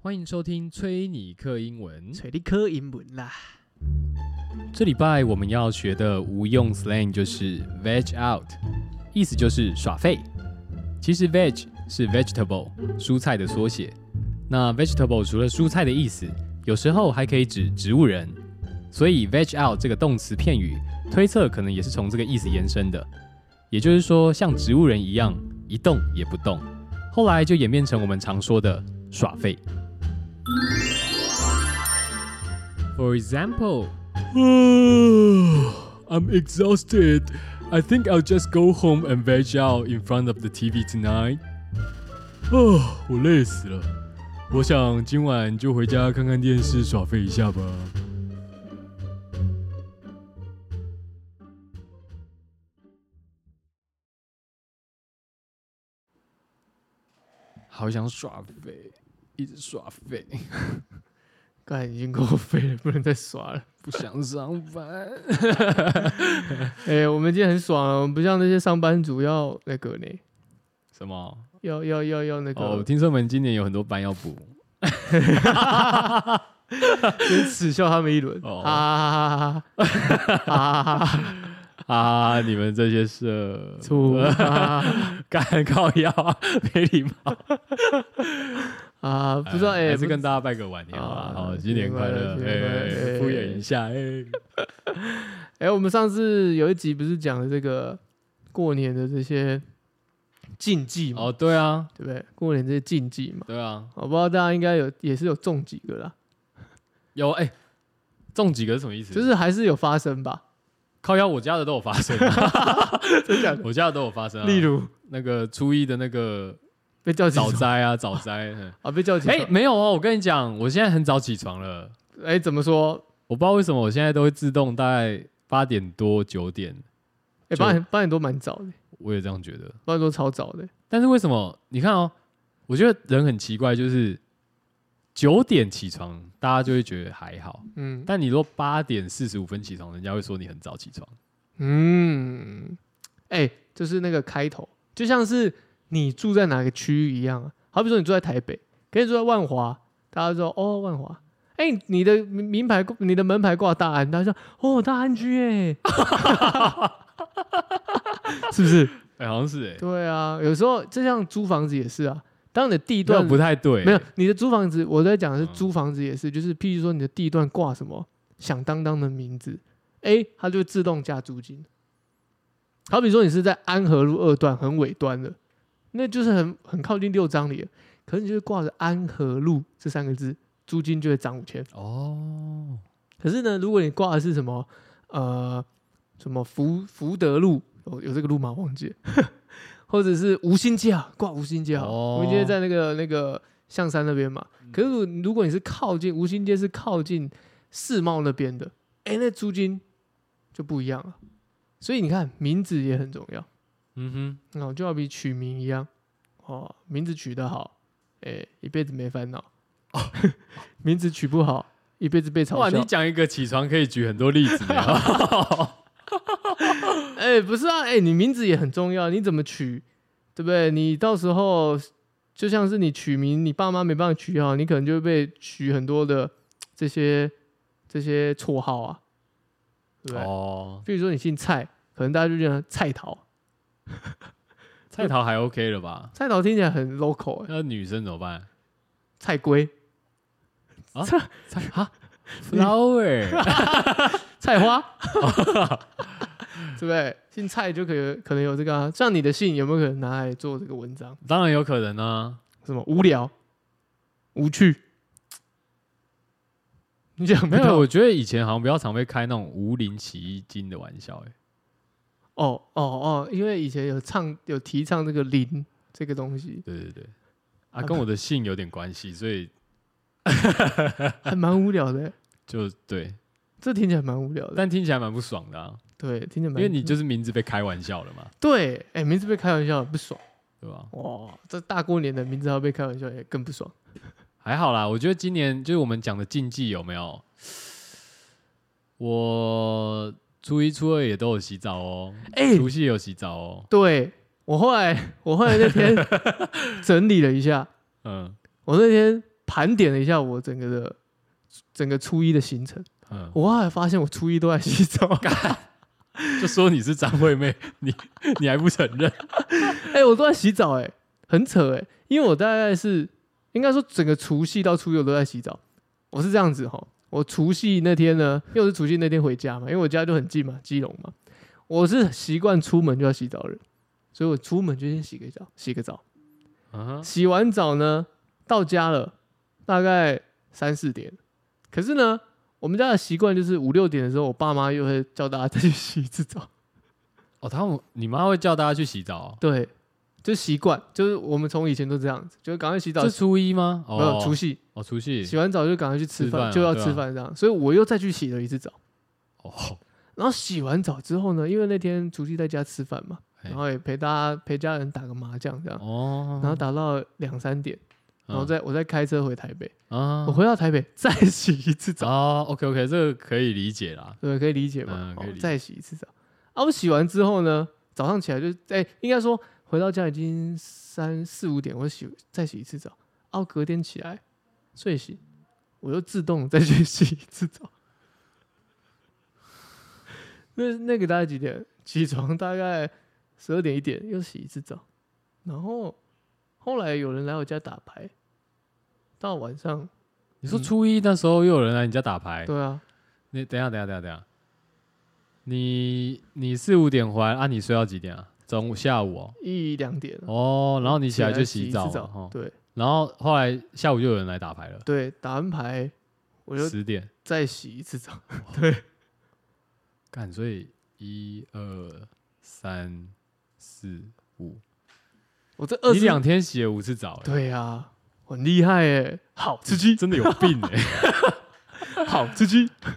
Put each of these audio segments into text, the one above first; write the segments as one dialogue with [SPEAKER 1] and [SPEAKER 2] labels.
[SPEAKER 1] 欢迎收听崔尼克英文。
[SPEAKER 2] 找你科英文啦。
[SPEAKER 1] 这礼拜我们要学的无用 slang 就是 veg out，意思就是耍废。其实 veg 是 vegetable 蔬菜的缩写，那 vegetable 除了蔬菜的意思，有时候还可以指植物人，所以 veg out 这个动词片语推测可能也是从这个意思延伸的。也就是说，像植物人一样一动也不动，后来就演变成我们常说的耍废。For example, I'm exhausted. I think I'll just go home and veg out in front of the TV tonight. 哦，我累死了，我想今晚就回家看看电视耍废一下吧。好想耍废，一直耍废，
[SPEAKER 2] 刚才已经够废了，不能再耍了。
[SPEAKER 1] 不想上班。
[SPEAKER 2] 哎、我们今天很爽啊，我们不像那些上班族要那个呢，
[SPEAKER 1] 什么？
[SPEAKER 2] 要要要要那个，
[SPEAKER 1] 哦，听说我们今年有很多班要补。
[SPEAKER 2] 先耻笑他们一轮。
[SPEAKER 1] 哦
[SPEAKER 2] 啊哈哈哈哈哈哈哈哈！
[SPEAKER 1] 啊！你们这些 社
[SPEAKER 2] 粗啊
[SPEAKER 1] 干靠腰啊，没礼貌。
[SPEAKER 2] 啊！ 不知道哎、
[SPEAKER 1] 还
[SPEAKER 2] 不
[SPEAKER 1] 是跟大家拜个晚年好吧
[SPEAKER 2] 啊
[SPEAKER 1] 好，新年快乐！
[SPEAKER 2] 新年快乐新年快
[SPEAKER 1] 哎，
[SPEAKER 2] 乐
[SPEAKER 1] 敷衍一下，哎，
[SPEAKER 2] 哎、我们上次有一集不是讲了这个过年的这些禁忌嘛，
[SPEAKER 1] 哦，对啊，
[SPEAKER 2] 对不对？过年这些禁忌嘛，
[SPEAKER 1] 对啊，
[SPEAKER 2] 我不知道大家应该有也是有中几个啦，
[SPEAKER 1] 有哎，中几个是什么意思？
[SPEAKER 2] 就是还是有发生吧，
[SPEAKER 1] 靠腰，我家的都有发生，
[SPEAKER 2] 真假的？
[SPEAKER 1] 我家的都有发生啊。
[SPEAKER 2] 例如
[SPEAKER 1] 那个初一的那个
[SPEAKER 2] 被叫起
[SPEAKER 1] 早
[SPEAKER 2] 床
[SPEAKER 1] 灾啊，早灾。嗯
[SPEAKER 2] 啊，被叫起
[SPEAKER 1] 哎，
[SPEAKER 2] 床，
[SPEAKER 1] 没有哦，我跟你讲，我现在很早起床了。
[SPEAKER 2] 哎、怎么说？
[SPEAKER 1] 我不知道为什么我现在都会自动大概八点多九点，就
[SPEAKER 2] 哎、八点八点多蛮早的，
[SPEAKER 1] 我也这样觉得。
[SPEAKER 2] 八点多超早的，
[SPEAKER 1] 但是为什么？你看哦，我觉得人很奇怪，就是九点起床，大家就会觉得还好；
[SPEAKER 2] 嗯
[SPEAKER 1] 但你如果八点四十五分起床，人家会说你很早起床。
[SPEAKER 2] 嗯，哎、就是那个开头，就像是你住在哪个区域一样啊。好比说你住在台北，可是你住在万华，大家就说哦万华，哎、你的名名牌你的门牌挂大安，大家说哦大安区哎、 是不是？
[SPEAKER 1] 哎、好像是哎、
[SPEAKER 2] 对啊，有时候就像租房子也是啊，当你的地
[SPEAKER 1] 这
[SPEAKER 2] 段
[SPEAKER 1] 样不太对、欸
[SPEAKER 2] 没有，你的租房子，我在讲的是
[SPEAKER 1] 嗯
[SPEAKER 2] 租房子也是，就是譬如说你的地段挂什么响当当的名字，哎，它就会自动加租金。好比说你是在安和路二段很尾端的，那就是很很靠近六张里了，可是你就是挂着安和路这三个字，租金就会涨五千。
[SPEAKER 1] 哦，
[SPEAKER 2] 可是呢，如果你挂的是什么呃什么福福德路，有有这个路吗？忘记了， 或者是吴兴街啊，挂吴兴街好了，
[SPEAKER 1] 哦嗯
[SPEAKER 2] 吴兴街在那个那个象山那边嘛。可是如如果你是靠近吴兴街，是靠近世贸那边的，哎、那租金就不一样了。所以你看，名字也很重要，
[SPEAKER 1] 嗯
[SPEAKER 2] 哦，就好比取名一样，哦，名字取得好，哎、一辈子没烦恼；
[SPEAKER 1] 哦
[SPEAKER 2] 名字取不好，一辈子被嘲
[SPEAKER 1] 哼，
[SPEAKER 2] 笑。
[SPEAKER 1] 哇，你讲一个起床可以举很多例子 哦呢。
[SPEAKER 2] 哎、不是啊，哎、你名字也很重要，你怎么取，对不对？你到时候就像是你取名，你爸妈没办法取好，你可能就会被取很多的这些这些绰号啊，对不对？
[SPEAKER 1] 哦，
[SPEAKER 2] 比如说你姓蔡，可能大家就觉得蔡桃，
[SPEAKER 1] 菜桃还 OK 了吧？
[SPEAKER 2] 蔡桃听起来很 local，、哎，
[SPEAKER 1] 那女生怎么办？
[SPEAKER 2] 蔡龟、
[SPEAKER 1] 菜哈 flower
[SPEAKER 2] 菜花，对不对？姓蔡就可以可能有这个、啊，像你的姓有没有可能拿来做这个文章？
[SPEAKER 1] 当然有可能啊。
[SPEAKER 2] 什么无聊、无趣？你 讲
[SPEAKER 1] 没
[SPEAKER 2] 不
[SPEAKER 1] 有，
[SPEAKER 2] 到
[SPEAKER 1] 我觉得以前好像比较常被开那种无领洗衣精的玩笑、欸，
[SPEAKER 2] 哦哦哦，因为以前有倡有提倡这个零这个东 西，
[SPEAKER 1] 对对对，啊，跟我的姓有点关系，所以
[SPEAKER 2] 还蛮无聊的，
[SPEAKER 1] 就对，
[SPEAKER 2] 这听起来蛮无聊的。
[SPEAKER 1] 但听起来蛮不爽的啊，
[SPEAKER 2] 对，听起来
[SPEAKER 1] 因
[SPEAKER 2] 蛮
[SPEAKER 1] 为你就是名字被开玩笑了嘛，
[SPEAKER 2] 对，哎，名字被开玩笑不爽
[SPEAKER 1] 对吧？
[SPEAKER 2] 哇，这大过年的名字要被开玩笑也更不爽。
[SPEAKER 1] 还好啦，我觉得今年就是我们讲的禁忌有没有？我初一、初二也都有洗澡 哦，
[SPEAKER 2] 哎，
[SPEAKER 1] 除夕也有洗澡哦，
[SPEAKER 2] 对 我后来我后来那天整理了一下，
[SPEAKER 1] 嗯，
[SPEAKER 2] 我那天盘点了一下我整个的整个初一的行程，
[SPEAKER 1] 嗯，
[SPEAKER 2] 我后来发现我初一都在洗澡。
[SPEAKER 1] 就说你是张惠妹， 你你还不承认？
[SPEAKER 2] 哎、我都在洗澡、哎，很扯哎、因为我大概是应该说整个除夕到初六都在洗澡。我是这样子哈，我除夕那天呢，因为我是除夕那天回家嘛，因为我家就很近嘛，基隆嘛，我是习惯出门就要洗澡的人，所以我出门就先洗个澡，洗个澡，
[SPEAKER 1] 啊，
[SPEAKER 2] 洗完澡呢，到家了大概三四点，可是呢，我们家的习惯就是五六点的时候，我爸妈又会叫大家再去洗一次澡。
[SPEAKER 1] 哦，他们你妈会叫大家去洗澡哦、
[SPEAKER 2] 对，就习惯，就是我们从以前都这样子，就赶快洗澡
[SPEAKER 1] 这，初一吗？
[SPEAKER 2] 没有
[SPEAKER 1] 哦，
[SPEAKER 2] 除夕，
[SPEAKER 1] 哦，除夕
[SPEAKER 2] 洗完澡就赶快去吃
[SPEAKER 1] 吃
[SPEAKER 2] 饭，
[SPEAKER 1] 饭啊
[SPEAKER 2] 就要
[SPEAKER 1] 对啊
[SPEAKER 2] 吃饭这样，所以我又再去洗了一次澡。
[SPEAKER 1] 哦，
[SPEAKER 2] 然后洗完澡之后呢，因为那天除夕在家吃饭嘛，
[SPEAKER 1] 嘿
[SPEAKER 2] 然后也陪大家陪家人打个麻将这样，
[SPEAKER 1] 哎哦，嗯
[SPEAKER 2] 然后打到两三点，然后再我再开车回台北，
[SPEAKER 1] 啊
[SPEAKER 2] 我回到台北再洗一次澡，
[SPEAKER 1] 哦，OK OK，这个可以理解啦。
[SPEAKER 2] 对，可以理解吧
[SPEAKER 1] 嗯？可以
[SPEAKER 2] 哦
[SPEAKER 1] 理解
[SPEAKER 2] 再洗一次澡。啊，我洗完之后呢，早上起来就哎，应该说回到家已经三四五点，我洗再洗一次澡，啊，我隔天起来睡醒，我又自动再去 洗一次澡。那那个大概几点？起床大概十二点一点又洗一次澡，然后后来有人来我家打牌，到晚上，
[SPEAKER 1] 你说初一那时候又有人来你家打牌，
[SPEAKER 2] 嗯对啊，
[SPEAKER 1] 你等一下等一下等一下等一下，你你四五点回来啊？你睡到几点啊？中午下午哦。
[SPEAKER 2] 一两点了
[SPEAKER 1] 哦，然后你起来就
[SPEAKER 2] 洗
[SPEAKER 1] 洗澡
[SPEAKER 2] 一
[SPEAKER 1] 嘛，
[SPEAKER 2] 次
[SPEAKER 1] 哦
[SPEAKER 2] 对。
[SPEAKER 1] 然后后来下午就有人来打牌了，
[SPEAKER 2] 对，打完牌我就
[SPEAKER 1] 十点
[SPEAKER 2] 再洗一次澡。
[SPEAKER 1] 干，所以一二三四五，
[SPEAKER 2] 我这二
[SPEAKER 1] 你
[SPEAKER 2] 十
[SPEAKER 1] 两天洗了五次澡、欸，
[SPEAKER 2] 对呀、啊，我很厉害耶，好吃鸡，
[SPEAKER 1] 真的有病哎、
[SPEAKER 2] 好吃鸡。哎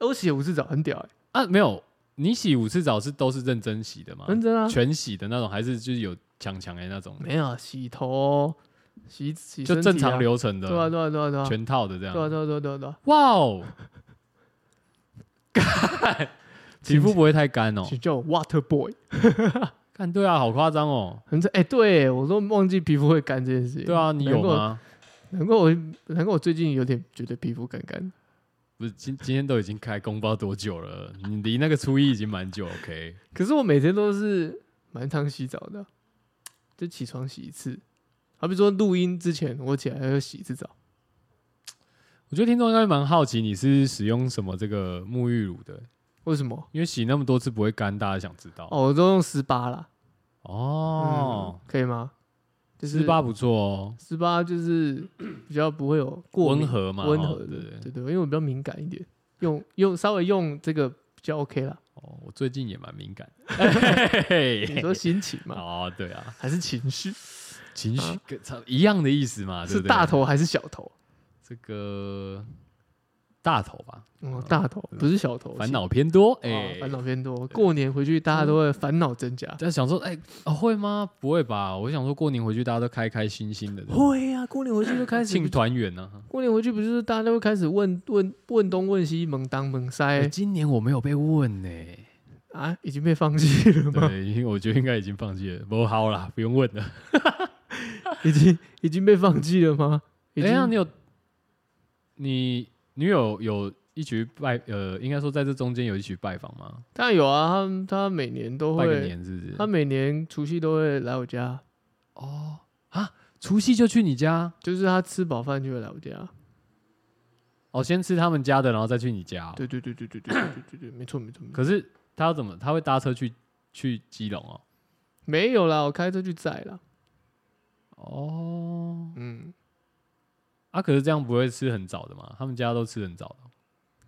[SPEAKER 2] 我洗了五次澡，很屌哎，
[SPEAKER 1] 啊，没有，你洗五次澡是都是认真洗的吗？
[SPEAKER 2] 认真啊，
[SPEAKER 1] 全洗的那种，还是就是有强强哎那种，
[SPEAKER 2] 没有啊洗头、洗洗、
[SPEAKER 1] 就正常，流程的，
[SPEAKER 2] 对啊，对啊，对啊，对啊，对啊，
[SPEAKER 1] 全套的这样。
[SPEAKER 2] 对啊，对啊，对啊，对啊，
[SPEAKER 1] 哇哦， 皮肤不会太干哦。
[SPEAKER 2] 请叫我 Water Boy，
[SPEAKER 1] 看，对啊，好夸张哦。
[SPEAKER 2] 很正哎，对耶，我都忘记皮肤会干这件事情。
[SPEAKER 1] 对啊，你有
[SPEAKER 2] 难怪？
[SPEAKER 1] 吗？
[SPEAKER 2] 难怪我，难怪我最近有点觉得皮肤干干的。
[SPEAKER 1] 不是，今今天都已经开工，不知道多久了。你离那个初一已经蛮久，OK？
[SPEAKER 2] 可是我每天都是蛮常洗澡的啊，就起床洗一次。好比说录音之前，我起来要洗一次澡。
[SPEAKER 1] 我觉得听众应该蛮好奇你是使用什么这个沐浴乳的，
[SPEAKER 2] 为什么？
[SPEAKER 1] 因为洗那么多次不会干，大家想知道。
[SPEAKER 2] 哦，我都用十八啦。
[SPEAKER 1] 哦
[SPEAKER 2] 嗯，，可以吗？就是
[SPEAKER 1] 十八不错哦，
[SPEAKER 2] 十八就是比较不会有过敏
[SPEAKER 1] 温和嘛，
[SPEAKER 2] 温
[SPEAKER 1] 哦
[SPEAKER 2] 和的，
[SPEAKER 1] 对对
[SPEAKER 2] 对对，因为我比较敏感一点，用用稍微用这个比较 OK 啦。
[SPEAKER 1] 哦，我最近也蛮敏 感的。
[SPEAKER 2] 你说心情嘛，
[SPEAKER 1] 哦，对啊，
[SPEAKER 2] 还是情绪？
[SPEAKER 1] 情绪
[SPEAKER 2] 啊
[SPEAKER 1] 跟差一样的意思啊嘛，对
[SPEAKER 2] 是
[SPEAKER 1] 不对
[SPEAKER 2] 大头还是小头？
[SPEAKER 1] 这个大头吧，
[SPEAKER 2] 哦，大头不是小头，
[SPEAKER 1] 烦恼偏多，哎、
[SPEAKER 2] 哎，烦恼偏多。过年回去大家都会烦恼增加。
[SPEAKER 1] 在想说，哎、哦会吗？不会吧？我想说过年回去大家都开开心心的，
[SPEAKER 2] 会呀、过年回 去就开始
[SPEAKER 1] 庆团圆啊呢。
[SPEAKER 2] 过年回去不就是大家会开始问问问东问西，猛当猛
[SPEAKER 1] 哎、
[SPEAKER 2] 塞
[SPEAKER 1] 今年我没有被问 呢、
[SPEAKER 2] 啊，已经被放弃了吗？
[SPEAKER 1] 对，因为我觉得应该已经放弃了，不好啦，不用问了。
[SPEAKER 2] 已经已经被放弃了吗？已
[SPEAKER 1] 哎
[SPEAKER 2] 经、
[SPEAKER 1] 呀，你有你女友有一起去拜，呃，应该说在这中间有一起去拜访吗？
[SPEAKER 2] 当然有啊，他们他每年都
[SPEAKER 1] 拜个
[SPEAKER 2] 会，
[SPEAKER 1] 年是不是？
[SPEAKER 2] 他每年除夕都会来我家，
[SPEAKER 1] 哦啊，除夕就去你家
[SPEAKER 2] 就是他吃饱饭就会来我家。
[SPEAKER 1] 哦，先吃他们家的，然后再去你家哦、
[SPEAKER 2] 对对对对对对对对对对，没错没错没错。
[SPEAKER 1] 可是他要怎么？他会搭车去去基隆哦。
[SPEAKER 2] 没有啦，我开车去载啦。
[SPEAKER 1] 哦，
[SPEAKER 2] 嗯，
[SPEAKER 1] 啊，可是这样不会吃很早的嘛？他们家都吃很早
[SPEAKER 2] 嗯
[SPEAKER 1] 的，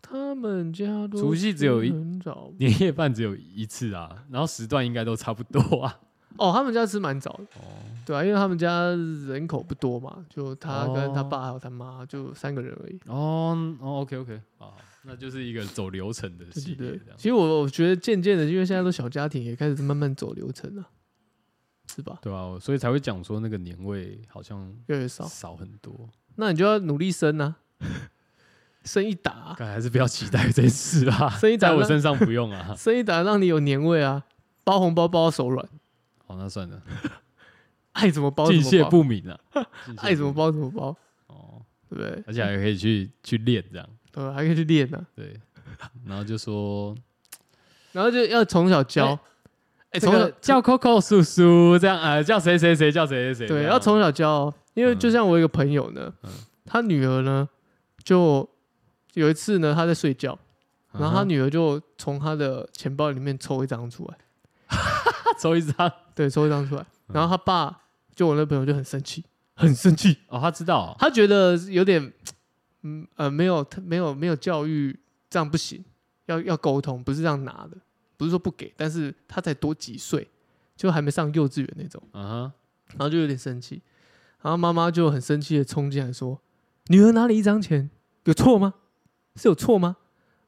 [SPEAKER 2] 他们家都
[SPEAKER 1] 除夕只有一
[SPEAKER 2] 吃很早
[SPEAKER 1] 年夜饭只有一次啊，然后时段应该都差不多啊。
[SPEAKER 2] 哦，他们家吃蛮早的。
[SPEAKER 1] 哦，
[SPEAKER 2] 对啊，因为他们家人口不多嘛，就他跟他
[SPEAKER 1] 哦
[SPEAKER 2] 爸还有他妈，就三个人而已。
[SPEAKER 1] 哦，哦，OK OK，好好，那就是一个走流程的
[SPEAKER 2] 对
[SPEAKER 1] 系
[SPEAKER 2] 对
[SPEAKER 1] 列
[SPEAKER 2] 对
[SPEAKER 1] 这，样
[SPEAKER 2] 其。实我我觉得渐渐的，因为现在都小家庭，也开始慢慢走流程了，是吧？
[SPEAKER 1] 对啊，所以才会讲说那个年味好像
[SPEAKER 2] 越来越少，
[SPEAKER 1] 少很 多，
[SPEAKER 2] 那你就要努力 生啊，生一打啊、
[SPEAKER 1] 但还是不要期待这件事啊。
[SPEAKER 2] 生一打
[SPEAKER 1] 在我
[SPEAKER 2] 呢，
[SPEAKER 1] 身上不用啊
[SPEAKER 2] 生一打让你有年味啊，包红包包到手软，
[SPEAKER 1] 好，那算了，
[SPEAKER 2] 哦爱怎么包怎
[SPEAKER 1] 敬
[SPEAKER 2] 么
[SPEAKER 1] 谢
[SPEAKER 2] 包，
[SPEAKER 1] 不敏啊，敬谢
[SPEAKER 2] 爱怎么
[SPEAKER 1] 不敏
[SPEAKER 2] 包怎么包。
[SPEAKER 1] 哦，
[SPEAKER 2] 对不对？
[SPEAKER 1] 而且还可以去去练这样，
[SPEAKER 2] 对吧，还可以去练呢、
[SPEAKER 1] 对。然后就说
[SPEAKER 2] 然后就要从小教， 哎、
[SPEAKER 1] 这
[SPEAKER 2] 从、
[SPEAKER 1] 个
[SPEAKER 2] 小
[SPEAKER 1] 叫 Coco 叔叔这样啊，呃叫谁谁谁叫谁谁谁这样，
[SPEAKER 2] 对，要从小教、哦，因为就像我有一个朋友呢，
[SPEAKER 1] 嗯
[SPEAKER 2] 他女儿呢，就有一次呢，他在睡觉，
[SPEAKER 1] 嗯哼，
[SPEAKER 2] 然后他女儿就从他的钱包里面抽一张出来，
[SPEAKER 1] 他抽一张，
[SPEAKER 2] 对，抽一张出来，
[SPEAKER 1] 嗯
[SPEAKER 2] 然后他爸就我那朋友就很生气， 很生气，
[SPEAKER 1] 哦，他知道哦，
[SPEAKER 2] 他觉得有点，嗯呃，没有没有没有教育这样不行，要要沟通，不是这样拿的，不是说不给，但是他才多几岁，就还没上幼稚园那种。
[SPEAKER 1] 嗯哼，
[SPEAKER 2] 然后就有点生气，然后妈妈就很生气的冲进来说：“女儿哪里一张钱？有错吗？是有错吗？”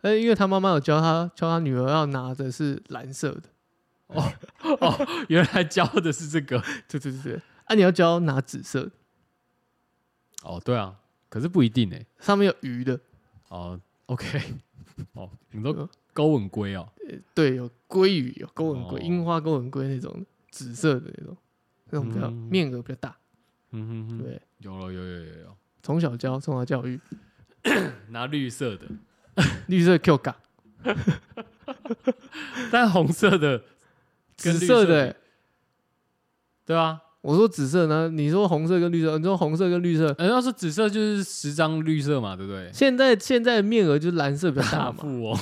[SPEAKER 2] 呃，因为他妈妈有教他教他女儿要拿的是蓝色的，
[SPEAKER 1] 原来教的是这个，
[SPEAKER 2] 对对对对，啊，你要教拿紫色的，
[SPEAKER 1] 哦，对啊，可是不一定哎，
[SPEAKER 2] 上面有鱼的，
[SPEAKER 1] 哦，OK，哦， 你都勾吻龟哦，
[SPEAKER 2] 对，有鲑鱼，有勾吻龟、
[SPEAKER 1] 哦
[SPEAKER 2] 樱花勾吻龟那种的紫色的那种，那种比较、
[SPEAKER 1] 嗯
[SPEAKER 2] 面额比较大，
[SPEAKER 1] 嗯哼哼，
[SPEAKER 2] 对，
[SPEAKER 1] 有了，有有有有，
[SPEAKER 2] 从小教，从小教育，
[SPEAKER 1] 拿绿色的，
[SPEAKER 2] 绿色 Q 嘎，
[SPEAKER 1] 但红色的，跟
[SPEAKER 2] 紫
[SPEAKER 1] 绿
[SPEAKER 2] 色
[SPEAKER 1] 色
[SPEAKER 2] 的、
[SPEAKER 1] 比对啊，
[SPEAKER 2] 我说紫色呢，你说红色跟绿色，你说红色跟绿色，
[SPEAKER 1] 人家说紫色呃就是十张绿色嘛，对不对？
[SPEAKER 2] 现在现在面额就是蓝色比较大
[SPEAKER 1] 大
[SPEAKER 2] 嘛，
[SPEAKER 1] 富翁，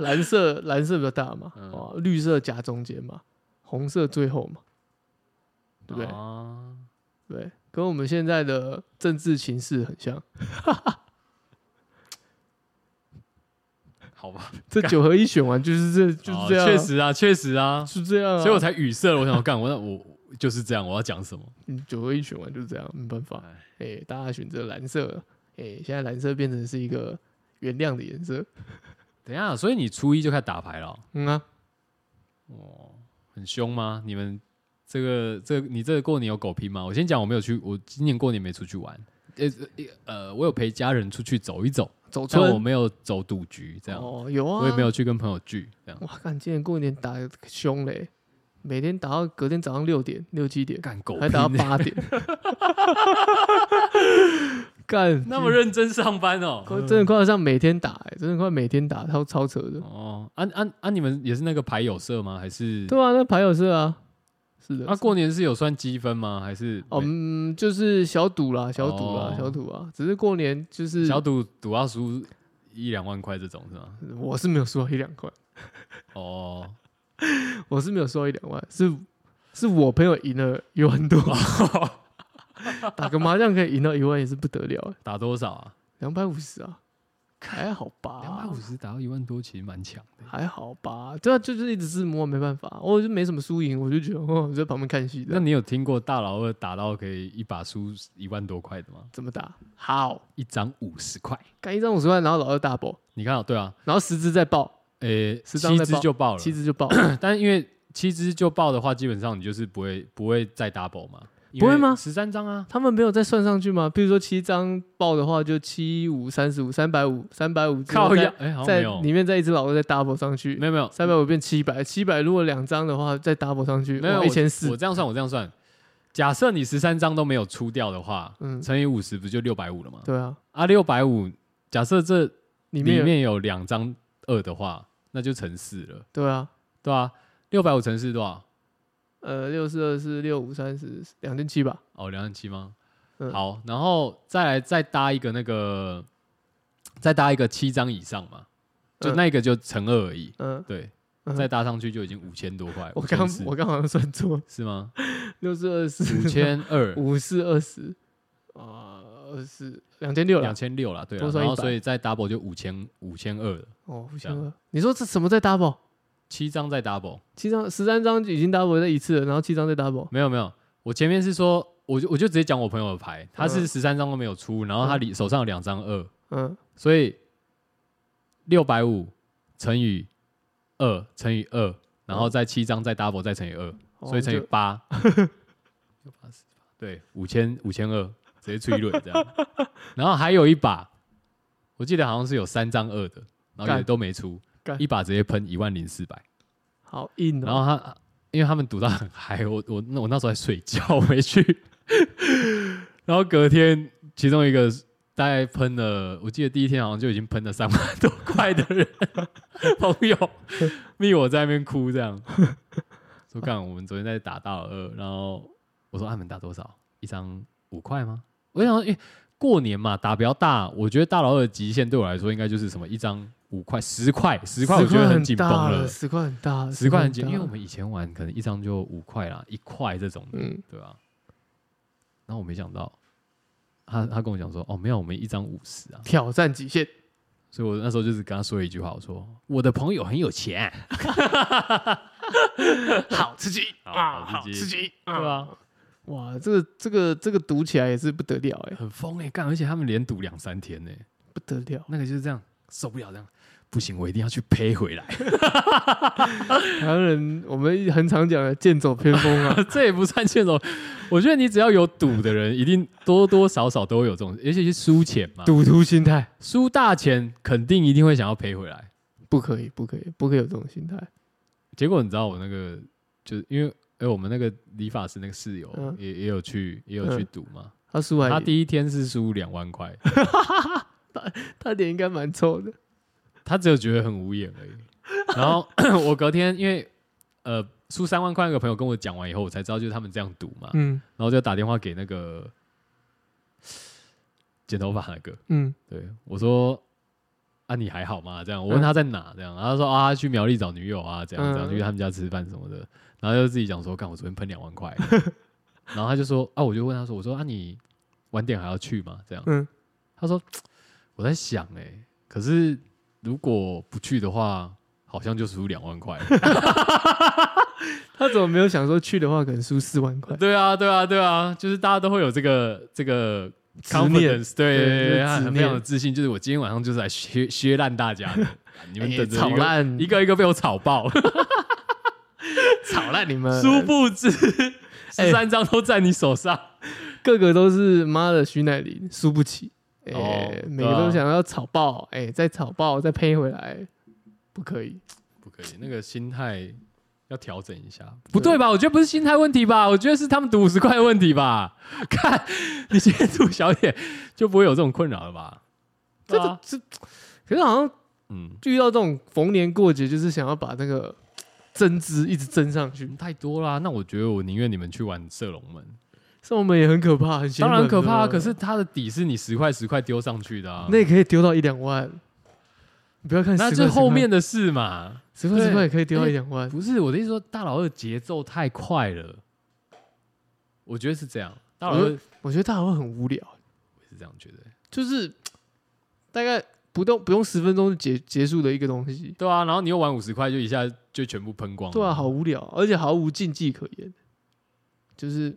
[SPEAKER 2] 蓝色蓝色比较大嘛，
[SPEAKER 1] 嗯
[SPEAKER 2] 哦，绿色夹中间嘛，红色最后嘛，对不对？
[SPEAKER 1] 啊，
[SPEAKER 2] 对，跟我们现在的政治情势很像。
[SPEAKER 1] 好 吧，
[SPEAKER 2] 这九合一选完就是这就是这样啊，
[SPEAKER 1] 哦确实啊，确实啊，
[SPEAKER 2] 是这样啊。
[SPEAKER 1] 所以我才语塞了。我想说，干，我那我就是这样，我要讲什么？
[SPEAKER 2] 嗯九合一选完就是这样，没办法。哎，大家选择蓝色，哎，现在蓝色变成是一个原谅的颜色。
[SPEAKER 1] 等一下，所以你初一就开始打牌了哦，
[SPEAKER 2] 嗯啊，
[SPEAKER 1] 很凶吗？你们这个这个你这个过年有狗拼吗？我先讲，我没有去，我今年过年没出去玩。呃呃，我有陪家人出去走一走，
[SPEAKER 2] 走
[SPEAKER 1] 但我
[SPEAKER 2] 村
[SPEAKER 1] 没有走赌局，这样、
[SPEAKER 2] 哦，有啊，
[SPEAKER 1] 我也没有。去跟朋友聚，这样
[SPEAKER 2] 哇，看今年过年打得凶嘞，每天打到隔天早上六点六七点，
[SPEAKER 1] 干狗
[SPEAKER 2] 还
[SPEAKER 1] 拼
[SPEAKER 2] 打到
[SPEAKER 1] 欸，
[SPEAKER 2] 八点，干
[SPEAKER 1] 那么认真上班 哦。
[SPEAKER 2] 快真的快要上每天打、欸，真的快每天打，超超扯的。
[SPEAKER 1] 哦，啊啊啊！你们也是那个牌友社吗？还是
[SPEAKER 2] 对啊，那牌友社啊，是的。
[SPEAKER 1] 啊？过年是有算积分吗？还是
[SPEAKER 2] 哦，嗯，就是小赌啦，小赌啦，
[SPEAKER 1] 哦
[SPEAKER 2] 小赌啊，只是过年就是
[SPEAKER 1] 小赌赌要输一两万块这种是吗？
[SPEAKER 2] 我是没有输到一两块，
[SPEAKER 1] 哦，
[SPEAKER 2] 我是没有输到一两万，是是我朋友赢了一 万多，打个麻将可以赢到一万也是不得了、欸，
[SPEAKER 1] 打多少啊？
[SPEAKER 2] 两百五十啊，还好吧，
[SPEAKER 1] 两百五十打到一万多，其实蛮强的。
[SPEAKER 2] 还好吧，对啊，就是一直自摸，没办法，我就没什么输赢，我就觉得哦，我在旁边看戏
[SPEAKER 1] 那
[SPEAKER 2] 的，
[SPEAKER 1] 你有听过大老二打到可以一把输一万多块的吗？
[SPEAKER 2] 怎么打？好，
[SPEAKER 1] 一张五十块，
[SPEAKER 2] 干一张五十万，然后老二大爆，
[SPEAKER 1] 你看哦，对啊，
[SPEAKER 2] 然后十只再爆，
[SPEAKER 1] 呃、
[SPEAKER 2] 十张
[SPEAKER 1] 七
[SPEAKER 2] 再
[SPEAKER 1] 只
[SPEAKER 2] 报
[SPEAKER 1] 就爆了，
[SPEAKER 2] 七只就 爆，
[SPEAKER 1] 但因为七只就爆的话，基本上你就是不会不会再 double 嘛，
[SPEAKER 2] 不会吗
[SPEAKER 1] 十三张啊，
[SPEAKER 2] 他们没有再算上去吗？比如说七张爆的话，就七五三十五三百五三百五，
[SPEAKER 1] 靠
[SPEAKER 2] 在
[SPEAKER 1] 呀，哎、好像
[SPEAKER 2] 在
[SPEAKER 1] 没有，
[SPEAKER 2] 里面再一只老二再 double 上去，
[SPEAKER 1] 没有没有
[SPEAKER 2] 三百五变七百，七百如果两张的话再 double 上去，
[SPEAKER 1] 没有我
[SPEAKER 2] 一千四
[SPEAKER 1] 我，这样算，我这样算，假设你十三张都没有出掉的话，
[SPEAKER 2] 嗯，
[SPEAKER 1] 乘以五十不就六百五了吗？
[SPEAKER 2] 对啊，
[SPEAKER 1] 啊，六百五，假设这
[SPEAKER 2] 里
[SPEAKER 1] 里
[SPEAKER 2] 面有
[SPEAKER 1] 面有两张二的话，那就乘四了，
[SPEAKER 2] 对啊，
[SPEAKER 1] 对吧、啊？六百五乘四多少？
[SPEAKER 2] 呃，六四二四六五三十两千七吧，
[SPEAKER 1] 哦，两千七吗？
[SPEAKER 2] 嗯
[SPEAKER 1] 好，然后再来再搭一个那个，再搭一个七张以上嘛，就
[SPEAKER 2] 嗯
[SPEAKER 1] 那个就乘二而已。
[SPEAKER 2] 嗯，
[SPEAKER 1] 对，
[SPEAKER 2] 嗯
[SPEAKER 1] 再搭上去就已经五千多块。
[SPEAKER 2] 我刚
[SPEAKER 1] 54
[SPEAKER 2] 我刚好像算错，
[SPEAKER 1] 是吗？
[SPEAKER 2] 六四二四，
[SPEAKER 1] 五千二
[SPEAKER 2] 五四二十啊，二十两千六了
[SPEAKER 1] 两，千六啦，对啦
[SPEAKER 2] 多算
[SPEAKER 1] 然后
[SPEAKER 2] 100
[SPEAKER 1] 所以再 double 就五千五千二了，
[SPEAKER 2] 哦，五
[SPEAKER 1] 这
[SPEAKER 2] 千
[SPEAKER 1] 样
[SPEAKER 2] 二，你说这什么在 double？
[SPEAKER 1] 七张再 double，
[SPEAKER 2] 七张十三张已经 double 在一次了，然后七张再 double，
[SPEAKER 1] 没有没有，我前面是说，我就我就直接讲我朋友的牌，他是
[SPEAKER 2] 嗯
[SPEAKER 1] 十三张都没有出，然后他里手上有两张二，
[SPEAKER 2] 嗯，
[SPEAKER 1] 所以六百五乘以二乘以二，然后再七张再 double 再乘以二，
[SPEAKER 2] 嗯哦
[SPEAKER 1] 所以乘以
[SPEAKER 2] 就
[SPEAKER 1] 八， 六八十八对，五千五千二，直接吹一轮这样。然后还有一把，我记得好像是有三张二的，然后也
[SPEAKER 2] 干
[SPEAKER 1] 都没出，
[SPEAKER 2] 干
[SPEAKER 1] 一把直接喷一万零四百。
[SPEAKER 2] 好硬
[SPEAKER 1] 然
[SPEAKER 2] 哦。
[SPEAKER 1] 后他，因为他们赌到很嗨，我我那 我那时候还睡觉回去，然后隔天其中一个大概喷了，我记得第一天好像就已经喷了三万多块的人 朋友密我在那边哭，这样说干我们昨天在打大老二，然后我说他啊们打多少？一张五块吗？我想说，诶、过年嘛，打比较大，我觉得大老二的极限对我来说应该就是什么一张五块、十块、十块，我觉得很紧绷
[SPEAKER 2] 大
[SPEAKER 1] 了，
[SPEAKER 2] 十块很大了，
[SPEAKER 1] 十块很紧，
[SPEAKER 2] 大
[SPEAKER 1] 因
[SPEAKER 2] 了
[SPEAKER 1] 为我们以前玩可能一张就五块啦，一块这种的，
[SPEAKER 2] 嗯
[SPEAKER 1] 对吧、然后我没想到，他他跟我讲说，哦，没有，我们一张五十啊，
[SPEAKER 2] 挑战极限，
[SPEAKER 1] 所以我那时候就是跟他说一句话，我说我的朋友很有钱，
[SPEAKER 2] 好刺激
[SPEAKER 1] 好
[SPEAKER 2] 啊，
[SPEAKER 1] 好
[SPEAKER 2] 好
[SPEAKER 1] 刺
[SPEAKER 2] 刺
[SPEAKER 1] 激
[SPEAKER 2] 激
[SPEAKER 1] 对
[SPEAKER 2] 啊！
[SPEAKER 1] 吧、
[SPEAKER 2] 哇，这个这个这个读起来也是不得了哎、
[SPEAKER 1] 很疯哎、干，而且他们连赌两三天呢、欸
[SPEAKER 2] 不得了，
[SPEAKER 1] 那个就是这样，受不了这样，不行，我一定要去赔回来，
[SPEAKER 2] 台湾人我们很常讲的剑走偏锋 啊，
[SPEAKER 1] 这也不算欠种。我觉得你只要有赌的人，一定多多少少都会有这种，而且是输钱嘛，
[SPEAKER 2] 赌徒心态
[SPEAKER 1] 输大钱肯定一定会想要赔回来。
[SPEAKER 2] 不可以，不可以，不可以有这种心态。
[SPEAKER 1] 结果你知道我那个，就是因为哎、我们那个理发师那个室友、
[SPEAKER 2] 嗯
[SPEAKER 1] 也也有去也有去
[SPEAKER 2] 嗯
[SPEAKER 1] 赌嘛，
[SPEAKER 2] 他输完
[SPEAKER 1] 他
[SPEAKER 2] 他
[SPEAKER 1] 第一天是输两万块，
[SPEAKER 2] 他脸应该蛮臭的，
[SPEAKER 1] 他只有觉得很无言 而已。然后 我隔天因为呃输三万块，那个朋友跟我讲完以后，我才知道就是他们这样赌嘛，
[SPEAKER 2] 嗯
[SPEAKER 1] 然后就打电话给那个剪头发那个，
[SPEAKER 2] 嗯，
[SPEAKER 1] 对我说。啊，你还好吗？这样，我问他在哪，这样，然后他说啊，他去苗栗找女友啊，这样，这样，
[SPEAKER 2] 嗯
[SPEAKER 1] 去他们家吃饭什么的，然后就自己讲说，干，我昨天喷两万块， 然后他就说啊，我就问他说，我说啊，你晚点还要去吗？这样，
[SPEAKER 2] 嗯
[SPEAKER 1] 他说嘖我在想哎、可是如果不去的话，好像就输两万块。
[SPEAKER 2] 他怎么没有想说去的话可能输四万块？
[SPEAKER 1] 对啊，对啊，对啊，就是大家都会有这个这个
[SPEAKER 2] 执念
[SPEAKER 1] confidence，对
[SPEAKER 2] 对
[SPEAKER 1] 对
[SPEAKER 2] 就是
[SPEAKER 1] 对，他很
[SPEAKER 2] 执念
[SPEAKER 1] 非常有自信，就是我今天晚上就是来削 削烂大家的，你们
[SPEAKER 2] 哎
[SPEAKER 1] 等着
[SPEAKER 2] 炒
[SPEAKER 1] 一个
[SPEAKER 2] 烂
[SPEAKER 1] 一个一个被我炒爆，
[SPEAKER 2] 炒烂你 们，
[SPEAKER 1] 殊不知
[SPEAKER 2] 哎
[SPEAKER 1] 十三张都在你手上。
[SPEAKER 2] 个个都是妈的徐乃麟，输不起，哎、
[SPEAKER 1] 哦
[SPEAKER 2] 每个
[SPEAKER 1] 对
[SPEAKER 2] 都
[SPEAKER 1] 啊
[SPEAKER 2] 想要炒爆，哎、再炒爆，再呸回来，不可以，
[SPEAKER 1] 不可以，那个心态要调整一下。不对吧？我觉得不是心态问题吧，我觉得是他们赌五十块的问题吧。 看，你今天赌小一点，就不会有这种困扰了吧？
[SPEAKER 2] 这
[SPEAKER 1] 对
[SPEAKER 2] 个
[SPEAKER 1] 啊
[SPEAKER 2] 这，可是好像
[SPEAKER 1] 嗯，
[SPEAKER 2] 遇到这种逢年过节，就是想要把那个增资一直增上去，
[SPEAKER 1] 太多啦。那我觉得我宁愿你们去玩射龙门，
[SPEAKER 2] 所以我们也很可怕，很邪
[SPEAKER 1] 当然
[SPEAKER 2] 门
[SPEAKER 1] 可怕啊。
[SPEAKER 2] 的
[SPEAKER 1] 可是它的底是你十块十块丢上去的啊，
[SPEAKER 2] 那也可以丢到一两万，你不要看10块，
[SPEAKER 1] 那
[SPEAKER 2] 10
[SPEAKER 1] 是
[SPEAKER 2] 块
[SPEAKER 1] 后面的事嘛。
[SPEAKER 2] 十块十块
[SPEAKER 1] 对
[SPEAKER 2] 也可以丢到一两万，
[SPEAKER 1] 不是我的意思说，大老二节奏太快了，我觉得是这样。大老二
[SPEAKER 2] 我我觉得大家会很无聊，
[SPEAKER 1] 我也是这样觉得。
[SPEAKER 2] 就是大概不动不用十分钟就结结束的一个东西。
[SPEAKER 1] 对啊，然后你又玩五十块，就一下就全部喷光了。
[SPEAKER 2] 对啊，好无聊，而且毫无竞技可言，就是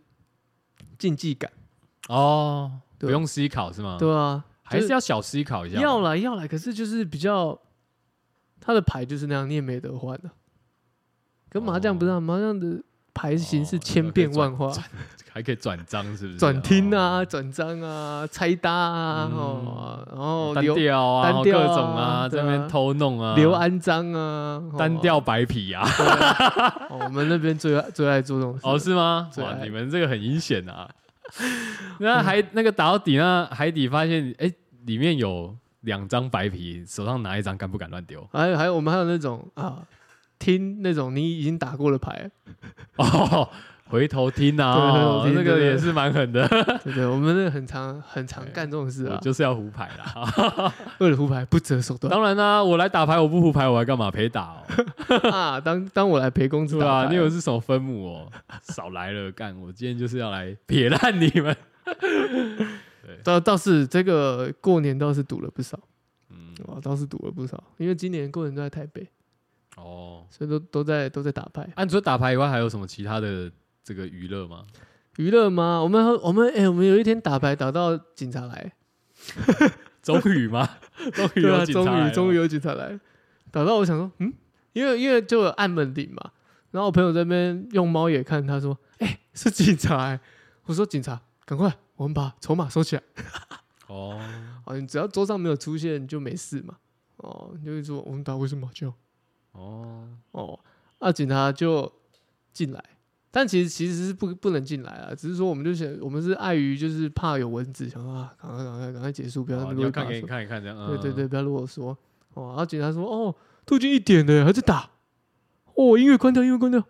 [SPEAKER 2] 竞技感。
[SPEAKER 1] 哦，
[SPEAKER 2] 对
[SPEAKER 1] 不用思考是吗？
[SPEAKER 2] 对啊，
[SPEAKER 1] 还
[SPEAKER 2] 就是
[SPEAKER 1] 要小思考一下。
[SPEAKER 2] 要来要来，可是就是比较他的牌就是那样，你也没得换啊。跟麻将不是、啊，麻将的牌型是
[SPEAKER 1] 哦
[SPEAKER 2] 千变万化，
[SPEAKER 1] 还可以转章是不是？
[SPEAKER 2] 转听啊、
[SPEAKER 1] 哦，
[SPEAKER 2] 转张啊、拆搭啊，哦，然后
[SPEAKER 1] 单
[SPEAKER 2] 刘
[SPEAKER 1] 调啊，
[SPEAKER 2] 单调啊
[SPEAKER 1] 各种啊，
[SPEAKER 2] 对
[SPEAKER 1] 在
[SPEAKER 2] 啊
[SPEAKER 1] 那边偷弄啊，
[SPEAKER 2] 刘安章啊，哦
[SPEAKER 1] 单。调白皮啊，
[SPEAKER 2] 对啊 哦我们那边最爱最爱做这种 事
[SPEAKER 1] 哦是吗？
[SPEAKER 2] 最
[SPEAKER 1] 哇，
[SPEAKER 2] 爱
[SPEAKER 1] 你们这个很阴险啊。 那海那个打到底，那海底发现哎，里面有两张白皮，手上拿一张，敢不敢乱丢？
[SPEAKER 2] 还有还有我们还有那种啊，听那种你已经打过的牌，
[SPEAKER 1] 哦，回头听啊，
[SPEAKER 2] 对回头
[SPEAKER 1] 哦
[SPEAKER 2] 听
[SPEAKER 1] 那个
[SPEAKER 2] 对
[SPEAKER 1] 也是蛮狠的。
[SPEAKER 2] 对对，我们那个很常很常
[SPEAKER 1] 对
[SPEAKER 2] 干这种事
[SPEAKER 1] 我
[SPEAKER 2] 啊，
[SPEAKER 1] 就是要胡牌啦。
[SPEAKER 2] 为了胡牌不择手段
[SPEAKER 1] 当然啦、我来打牌，我不胡牌，我还干嘛陪打 哦？
[SPEAKER 2] 啊！当啊当我来陪公子
[SPEAKER 1] 对
[SPEAKER 2] 打
[SPEAKER 1] 吧？
[SPEAKER 2] 牌，
[SPEAKER 1] 你以为是什么分母哦？少来了，干！我今天就是要来撇烂你 们。
[SPEAKER 2] 倒倒是这个过年倒是赌了不少，
[SPEAKER 1] 嗯，
[SPEAKER 2] 哇，倒是赌了不少，因为今年过年都在台北，
[SPEAKER 1] 哦，
[SPEAKER 2] 所以都都在都在打牌
[SPEAKER 1] 啊，你除了打牌以外，还有什么其他的这个娱乐吗？
[SPEAKER 2] 娱乐吗？我们还我们哎、我们有一天打牌打到警察来，
[SPEAKER 1] 终于 吗？终于
[SPEAKER 2] 对 啊，
[SPEAKER 1] 有警
[SPEAKER 2] 终
[SPEAKER 1] 察来
[SPEAKER 2] 于
[SPEAKER 1] 了
[SPEAKER 2] 终于有警察来，打到我想说，嗯，因为因为就有按门铃嘛，然后我朋友在那边用猫眼看，他说，哎、是警察、欸，我说警察，赶快，我们把筹码收起来。
[SPEAKER 1] 哦，
[SPEAKER 2] 哦，你只要桌上没有出现就没事嘛。哦，你就会说我们打为什么麻将？
[SPEAKER 1] 哦，
[SPEAKER 2] 哦，啊，警察就进来，但其实其实是不不能进来啊，只是说我们就想，我们是碍于就是怕有蚊子，想说啊，赶快赶快赶快结束，不要那
[SPEAKER 1] 哦
[SPEAKER 2] 么
[SPEAKER 1] 你
[SPEAKER 2] 啰
[SPEAKER 1] 要
[SPEAKER 2] 里
[SPEAKER 1] 看
[SPEAKER 2] 吧
[SPEAKER 1] 给你
[SPEAKER 2] 嗦。
[SPEAKER 1] 看一看这样。嗯
[SPEAKER 2] 对对对，，不要啰嗦。哦，然后警察说，哦，都已经一点了，还在打。哦，音乐关掉，音乐关掉。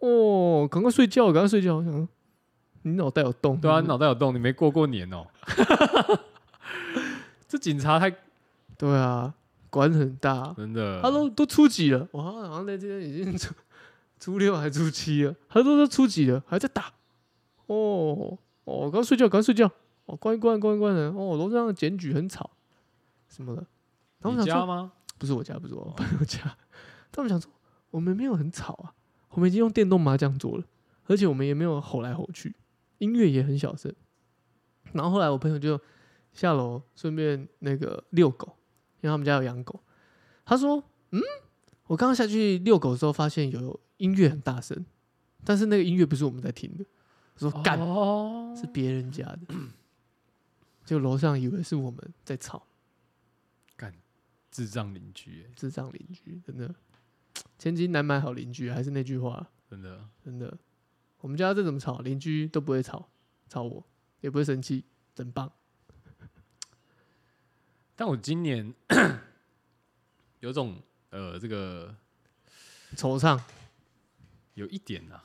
[SPEAKER 2] 哦，赶快睡觉，赶快睡觉。我想说你脑袋有洞？
[SPEAKER 1] 对啊，
[SPEAKER 2] 你
[SPEAKER 1] 脑袋有洞，你没过过年哦。 这警察 太
[SPEAKER 2] 对啊，管很大。
[SPEAKER 1] 真的，
[SPEAKER 2] 他都都初几了？我好像在这边已经初初六还初七了，他都都初几了，还在打。哦哦，赶快睡觉，赶快睡觉。哦，关一关，关一关人。哦，楼上的检举很吵，什么的。然后
[SPEAKER 1] 你
[SPEAKER 2] 我想
[SPEAKER 1] 家
[SPEAKER 2] 说，
[SPEAKER 1] 吗？
[SPEAKER 2] 不是我家，不是我朋友家。 他们想说，我们没有很吵啊，我们已经用电动麻将桌了，而且我们也没有吼来吼去，音乐也很小声。然后后来我朋友就下楼顺便那个遛狗，因为他们家有养狗。他说：“嗯，我刚刚下去遛狗的时候，发现有音乐很大声，但是那个音乐不是我们在听的。”我说：“干，
[SPEAKER 1] 哦
[SPEAKER 2] 是别人家的。就楼上以为是我们在吵，
[SPEAKER 1] 智障邻居耶，
[SPEAKER 2] 智障邻居，真的，千金难买好邻居，还是那句话，
[SPEAKER 1] 真的。
[SPEAKER 2] 真的，我们家再怎么吵，邻居都不会吵，吵我也不会生气，真棒。
[SPEAKER 1] 但我今年 有种呃，这个
[SPEAKER 2] 惆怅，
[SPEAKER 1] 有一点 啊，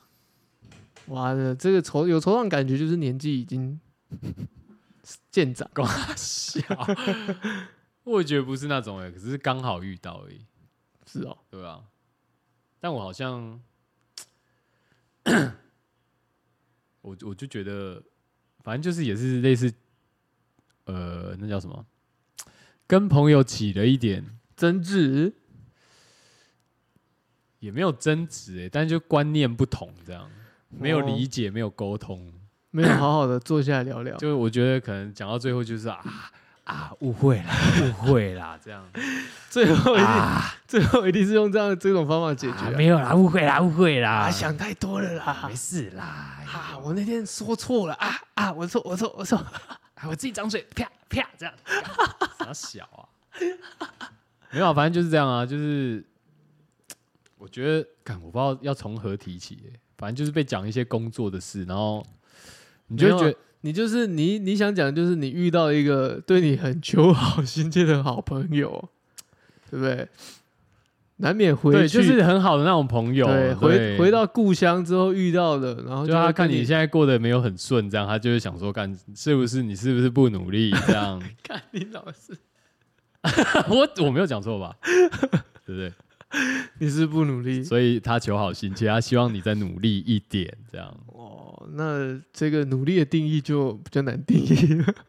[SPEAKER 2] 哇的，这个惆有惆怅感觉，就是年纪已经 渐长。
[SPEAKER 1] 笑， 我也觉得不是那种哎，可是刚好遇到而已，
[SPEAKER 2] 是哦，
[SPEAKER 1] 对啊。但我好像， 我我就觉得，反正就是也是类似，呃，那叫什么？跟朋友起了一点，
[SPEAKER 2] 争执
[SPEAKER 1] 也没有争执哎、但是就观念不同这样，没有
[SPEAKER 2] 哦
[SPEAKER 1] 理解，没有沟通。
[SPEAKER 2] 没有好好的坐下来聊聊，
[SPEAKER 1] 就是我觉得可能讲到最后就是啊啊误会啦，误会啦，这样
[SPEAKER 2] 最后一定、
[SPEAKER 1] 啊
[SPEAKER 2] 最后一定是用这样这种方法解决
[SPEAKER 1] 啊
[SPEAKER 2] 啊、
[SPEAKER 1] 没有啦，误会啦，误会啦，
[SPEAKER 2] 啊，想太多了啦
[SPEAKER 1] 没。事啦，哎
[SPEAKER 2] 啊！我那天说错了啊啊！我错，我错，我错！
[SPEAKER 1] 啊我自己张嘴啪啪这样， 傻小啊，没有啊，反正就是这样啊，就是我觉得，看我不知道要从何提起耶、反正就是被讲一些工作的事，然后你就会
[SPEAKER 2] 没有啊
[SPEAKER 1] 觉得
[SPEAKER 2] 你就是你，你想讲的就是你遇到一个对你很求好心切的好朋友，对不对？难免回去，
[SPEAKER 1] 对，就是很好的那种朋友，啊
[SPEAKER 2] 对回
[SPEAKER 1] 对
[SPEAKER 2] 回到故乡之后遇到的，然后
[SPEAKER 1] 就
[SPEAKER 2] 会
[SPEAKER 1] 他
[SPEAKER 2] 跟
[SPEAKER 1] 看你
[SPEAKER 2] 你
[SPEAKER 1] 现在过得没有很顺，这样他就会想说，干是不是你是不是不努力？这样
[SPEAKER 2] 看你老师，
[SPEAKER 1] 我我没有讲错吧？ 对不对？
[SPEAKER 2] 你是不努力
[SPEAKER 1] 所以他求好心切，他希望你再努力一点，这样
[SPEAKER 2] 哦。那这个努力的定义就比较难定义了。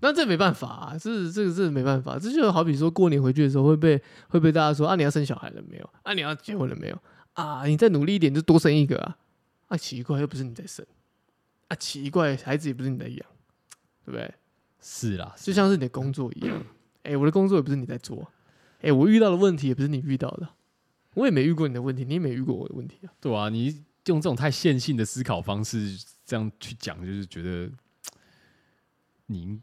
[SPEAKER 2] 那这没办法、啊，这这个这没办法，这就好比说过年回去的时候会被会被大家说啊，你要生小孩了没有？啊，你要结婚了没有？啊，你再努力一点就多生一个啊！啊，奇怪，又不是你在生，啊，奇怪，孩子也不是你在养，对不对？
[SPEAKER 1] 是啦，
[SPEAKER 2] 就像是你的工作一样。哎、我的工作也不是你在做，哎、我遇到的问题也不是你遇到的，我也没遇过你的问题，你也没遇过我的问题啊。
[SPEAKER 1] 对啊，你用这种太线性的思考方式这样去讲，就是觉得你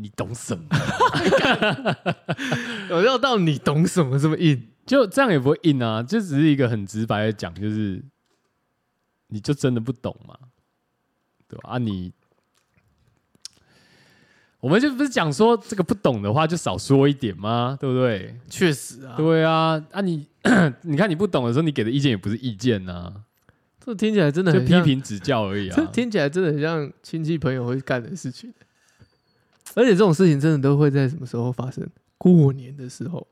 [SPEAKER 1] 你懂什么？
[SPEAKER 2] 有料到你懂什么这么硬？
[SPEAKER 1] 就这样也不会硬啊，就只是一个很直白的讲，就是你就真的不懂嘛，对吧？啊你，我们就不是讲说这个不懂的话就少说一点吗？对不对？
[SPEAKER 2] 确实啊，
[SPEAKER 1] 对啊，啊你 你看你不懂的时候，你给的意见也不是意见呐、
[SPEAKER 2] 这听起来真的
[SPEAKER 1] 就
[SPEAKER 2] 很
[SPEAKER 1] 批
[SPEAKER 2] 像，
[SPEAKER 1] 评指教而已
[SPEAKER 2] 这
[SPEAKER 1] 啊。
[SPEAKER 2] 听起来真的很像亲戚朋友会干的事情。而且这种事情真的都会在什么时候发生？过年的时候，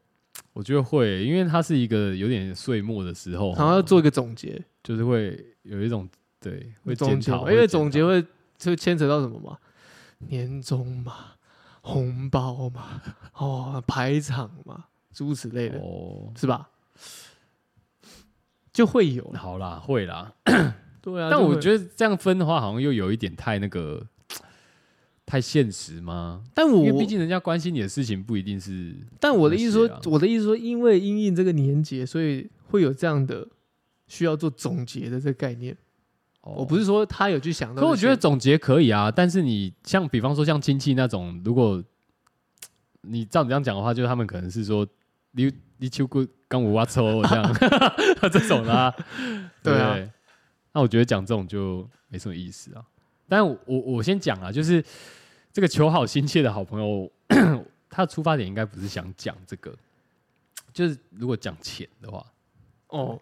[SPEAKER 1] 我觉得会，因为它是一个有点岁末的时候，
[SPEAKER 2] 然后要做一个总结，
[SPEAKER 1] 就是会有一种对会
[SPEAKER 2] 总
[SPEAKER 1] 检
[SPEAKER 2] 结
[SPEAKER 1] 讨，
[SPEAKER 2] 嘛，
[SPEAKER 1] 会
[SPEAKER 2] 因为
[SPEAKER 1] 检
[SPEAKER 2] 总结
[SPEAKER 1] 讨
[SPEAKER 2] 会就牵扯到什么嘛，年终嘛，红包嘛，哦，排场嘛，诸如此类的，
[SPEAKER 1] 哦，
[SPEAKER 2] 是吧？就会有啦，
[SPEAKER 1] 好啦，会啦。
[SPEAKER 2] 对啊
[SPEAKER 1] 但我
[SPEAKER 2] 得，
[SPEAKER 1] 觉得这样分的话，好像又有一点太那个太现实吗？
[SPEAKER 2] 但
[SPEAKER 1] 因为
[SPEAKER 2] 我
[SPEAKER 1] 毕竟人家关心你的事情不一定是
[SPEAKER 2] 但我的意思说
[SPEAKER 1] 那些啊，
[SPEAKER 2] 我的意思说，因为因应这个年节，所以会有这样的需要做总结的这个概念。我不
[SPEAKER 1] 是。
[SPEAKER 2] 是说他有去想到这些，
[SPEAKER 1] 哦可我觉得总结可以啊，但是你像比方说像亲戚那种，如果你照你这样讲的话，就是他们可能是说你你秋姑刚我挖抽这 样 这种啦、
[SPEAKER 2] 对啊
[SPEAKER 1] 不那我觉得讲这种就没什么意思啊。但我我我先讲啊，就是这个求好心切的好朋友，他的出发点应该不是想讲这个，就是如果讲钱的话，
[SPEAKER 2] 哦，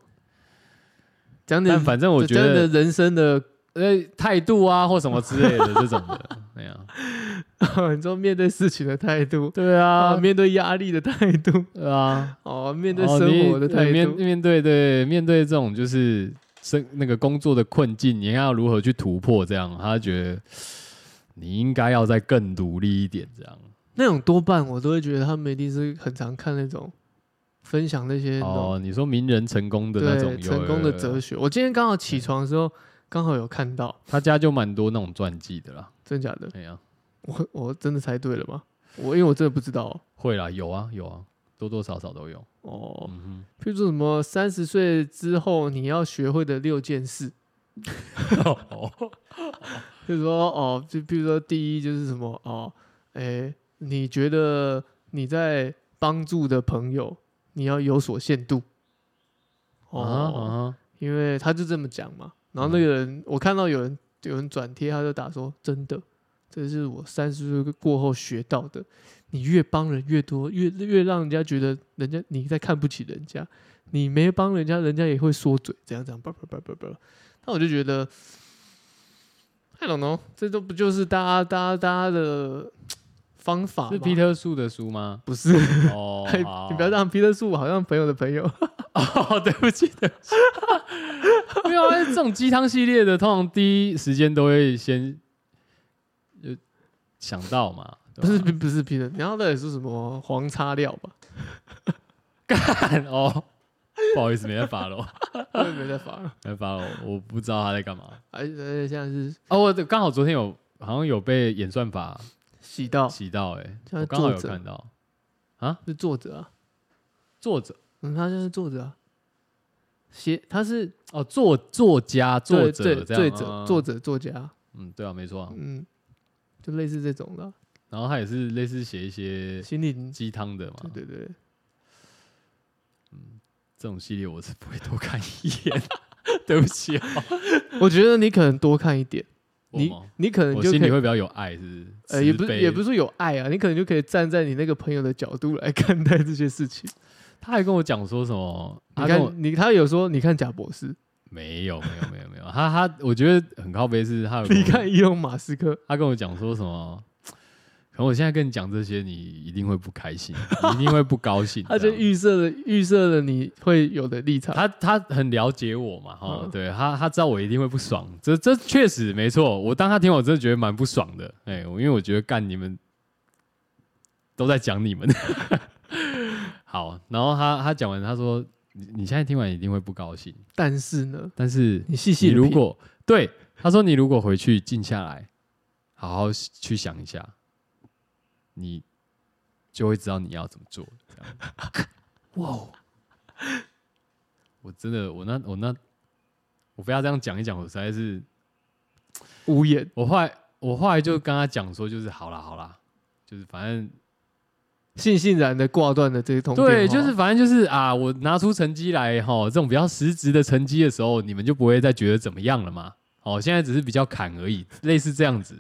[SPEAKER 2] 讲点
[SPEAKER 1] 但，反正我觉
[SPEAKER 2] 讲
[SPEAKER 1] 得
[SPEAKER 2] 点人生的，
[SPEAKER 1] 呃态度啊或什么之类的这种的， 对啊，
[SPEAKER 2] 你说面对事情的态度，
[SPEAKER 1] 对
[SPEAKER 2] 啊，
[SPEAKER 1] 啊，
[SPEAKER 2] 面对压力的态度，
[SPEAKER 1] 对啊，
[SPEAKER 2] 哦，面对
[SPEAKER 1] 哦
[SPEAKER 2] 生活的
[SPEAKER 1] 你
[SPEAKER 2] 态
[SPEAKER 1] 呃面
[SPEAKER 2] 度，
[SPEAKER 1] 面对对面对这种就是生那个工作的困境，你要如何去突破？这样他觉得你应该要再更努力一点，这样
[SPEAKER 2] 那种多半我都会觉得他们一定是很常看那种分享那些那种
[SPEAKER 1] 哦。你说名人成功的那种
[SPEAKER 2] 对成功的哲
[SPEAKER 1] 学，
[SPEAKER 2] 学。我今天刚好起床的时候，刚好有看到，
[SPEAKER 1] 他家就蛮多那种传记的啦。
[SPEAKER 2] 真假的？
[SPEAKER 1] 哎呀、
[SPEAKER 2] 我我真的猜对了吗？我因为我真的不知道
[SPEAKER 1] 会啦，有啊有啊，多多少少都有。
[SPEAKER 2] 哦。
[SPEAKER 1] 嗯
[SPEAKER 2] 譬如说什么三十岁之后你要学会的六件事，
[SPEAKER 1] 哼， 哦
[SPEAKER 2] 就是说哦，就譬如说第一就是什么哦，哎，你觉得你在帮助的朋友，你要有所限度。哦，
[SPEAKER 1] 啊啊，
[SPEAKER 2] 因为他就这么讲嘛。
[SPEAKER 1] 嗯
[SPEAKER 2] 然后那个人，我看到有人有人转贴，他就打说：“真的，这是我三十岁过后学到的。你越帮人越多，越越让人家觉得人家你在看不起人家，你没帮人家，人家也会说嘴，怎样怎样，叭叭叭叭叭。”那我就觉得，I don't know，这都不就是大家大家大家的方法
[SPEAKER 1] 是
[SPEAKER 2] 吗 ？
[SPEAKER 1] 皮特树的书吗
[SPEAKER 2] 不是，，
[SPEAKER 1] 哦
[SPEAKER 2] 你不要让皮特树好像朋友的朋友。
[SPEAKER 1] 哦，对不起，对不起， 没有啊，这种鸡汤系列的，通常第一时间都会先就想到嘛，对
[SPEAKER 2] 不是
[SPEAKER 1] 吧
[SPEAKER 2] 不不是皮特，然后到底是什么黄叉料吧？
[SPEAKER 1] 干哦，不好意思，没办法喽，
[SPEAKER 2] 我也没在发，
[SPEAKER 1] 没办法喽，我不知道他在干嘛。
[SPEAKER 2] 而且而且现在是
[SPEAKER 1] 哦，我刚好昨天有好像有被演算法
[SPEAKER 2] 洗到
[SPEAKER 1] 洗到、欸，
[SPEAKER 2] 像
[SPEAKER 1] 我刚好有
[SPEAKER 2] 作者
[SPEAKER 1] 看到
[SPEAKER 2] 是作者啊，
[SPEAKER 1] 作者
[SPEAKER 2] 嗯，他就是作者啊，写他是
[SPEAKER 1] 哦，作作家作
[SPEAKER 2] 对
[SPEAKER 1] 者
[SPEAKER 2] 对
[SPEAKER 1] 这样
[SPEAKER 2] 作
[SPEAKER 1] 啊
[SPEAKER 2] 者作者作家，
[SPEAKER 1] 嗯，对啊，没错啊。
[SPEAKER 2] 嗯，就类似这种的啊
[SPEAKER 1] 然后他也是类似写一些
[SPEAKER 2] 心灵，
[SPEAKER 1] 鸡汤的嘛，
[SPEAKER 2] 对对对，
[SPEAKER 1] 这种系列我是不会多看一眼， 对不起啊。
[SPEAKER 2] 我觉得你可能多看一点，
[SPEAKER 1] 我
[SPEAKER 2] 你
[SPEAKER 1] 吗
[SPEAKER 2] 你可能
[SPEAKER 1] 我
[SPEAKER 2] 就
[SPEAKER 1] 心
[SPEAKER 2] 可
[SPEAKER 1] 里
[SPEAKER 2] 以。
[SPEAKER 1] 会比较有爱，是不是？
[SPEAKER 2] 呃，也不
[SPEAKER 1] 慈
[SPEAKER 2] 是
[SPEAKER 1] 悲
[SPEAKER 2] 也不是说有爱啊，你可能就可以站在你那个朋友的角度来 看待这些事情。
[SPEAKER 1] 他还跟我讲说什么？
[SPEAKER 2] 你
[SPEAKER 1] 他啊跟我
[SPEAKER 2] 看，你他有说，你看贾博士，
[SPEAKER 1] 没有没有没有没有，他他我觉得很靠背是他有跟
[SPEAKER 2] 你
[SPEAKER 1] 我
[SPEAKER 2] 看伊隆马斯克，
[SPEAKER 1] 他跟我讲说什么？可能我现在跟你讲这些，你一定会不开心，你一定会不高兴。
[SPEAKER 2] 他
[SPEAKER 1] 这
[SPEAKER 2] 就
[SPEAKER 1] 样
[SPEAKER 2] 预设了预设了你会有的立场。
[SPEAKER 1] 他他很了解我嘛，哈、
[SPEAKER 2] 嗯
[SPEAKER 1] 对他他知道我一定会不爽，这这确实没错。我当他听我真的觉得蛮不爽的，哎、我因为我觉得干你们都在讲你们。 好，然后他他讲完，他说你你现在听完一定会不高兴，
[SPEAKER 2] 但是呢，
[SPEAKER 1] 但是
[SPEAKER 2] 你细
[SPEAKER 1] 你
[SPEAKER 2] 细地
[SPEAKER 1] 如
[SPEAKER 2] 品
[SPEAKER 1] 果对他说你如果回去静下来，好好去想一下，你就会知道你要怎么做。这样，哇哦！我真的，我那我那，我非要这样讲一讲，我实在是，
[SPEAKER 2] 无言，
[SPEAKER 1] 我后来我后来就跟他讲说，就是好啦好啦，就是反正
[SPEAKER 2] 悻悻然的挂断了这一通电话
[SPEAKER 1] 对，就是反正就是啊，我拿出成绩来哈，这种比较实质的成绩的时候，你们就不会再觉得怎么样了嘛。哦，现在只是比较砍而已，类似这样子，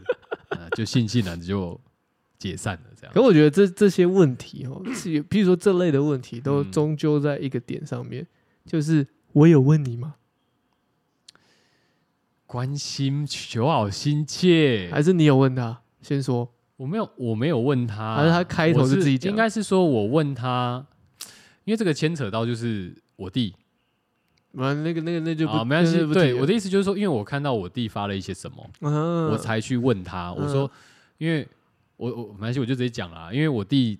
[SPEAKER 1] 呃、就悻悻然就解散了这样
[SPEAKER 2] 可。我觉得这这些问题 哦，是有譬如说这类的问题，都
[SPEAKER 1] 嗯
[SPEAKER 2] 终究在一个点上面，就是我有问你吗？
[SPEAKER 1] 关心求好心切，
[SPEAKER 2] 还是你有问他？先说，
[SPEAKER 1] 我没有，我没有问他，
[SPEAKER 2] 还是他开头
[SPEAKER 1] 我
[SPEAKER 2] 就是自己讲
[SPEAKER 1] 应该是说我问他，因为这个牵扯到就是我弟
[SPEAKER 2] 完那个那个那就不，
[SPEAKER 1] 啊，没关
[SPEAKER 2] 那
[SPEAKER 1] 系
[SPEAKER 2] 就。不
[SPEAKER 1] 对，
[SPEAKER 2] 提了
[SPEAKER 1] 我的意思就是说，因为我看到我弟发了一些什么，
[SPEAKER 2] 嗯
[SPEAKER 1] 我才去问他，我说，因为我我没关系，我就直接讲啦，因为我弟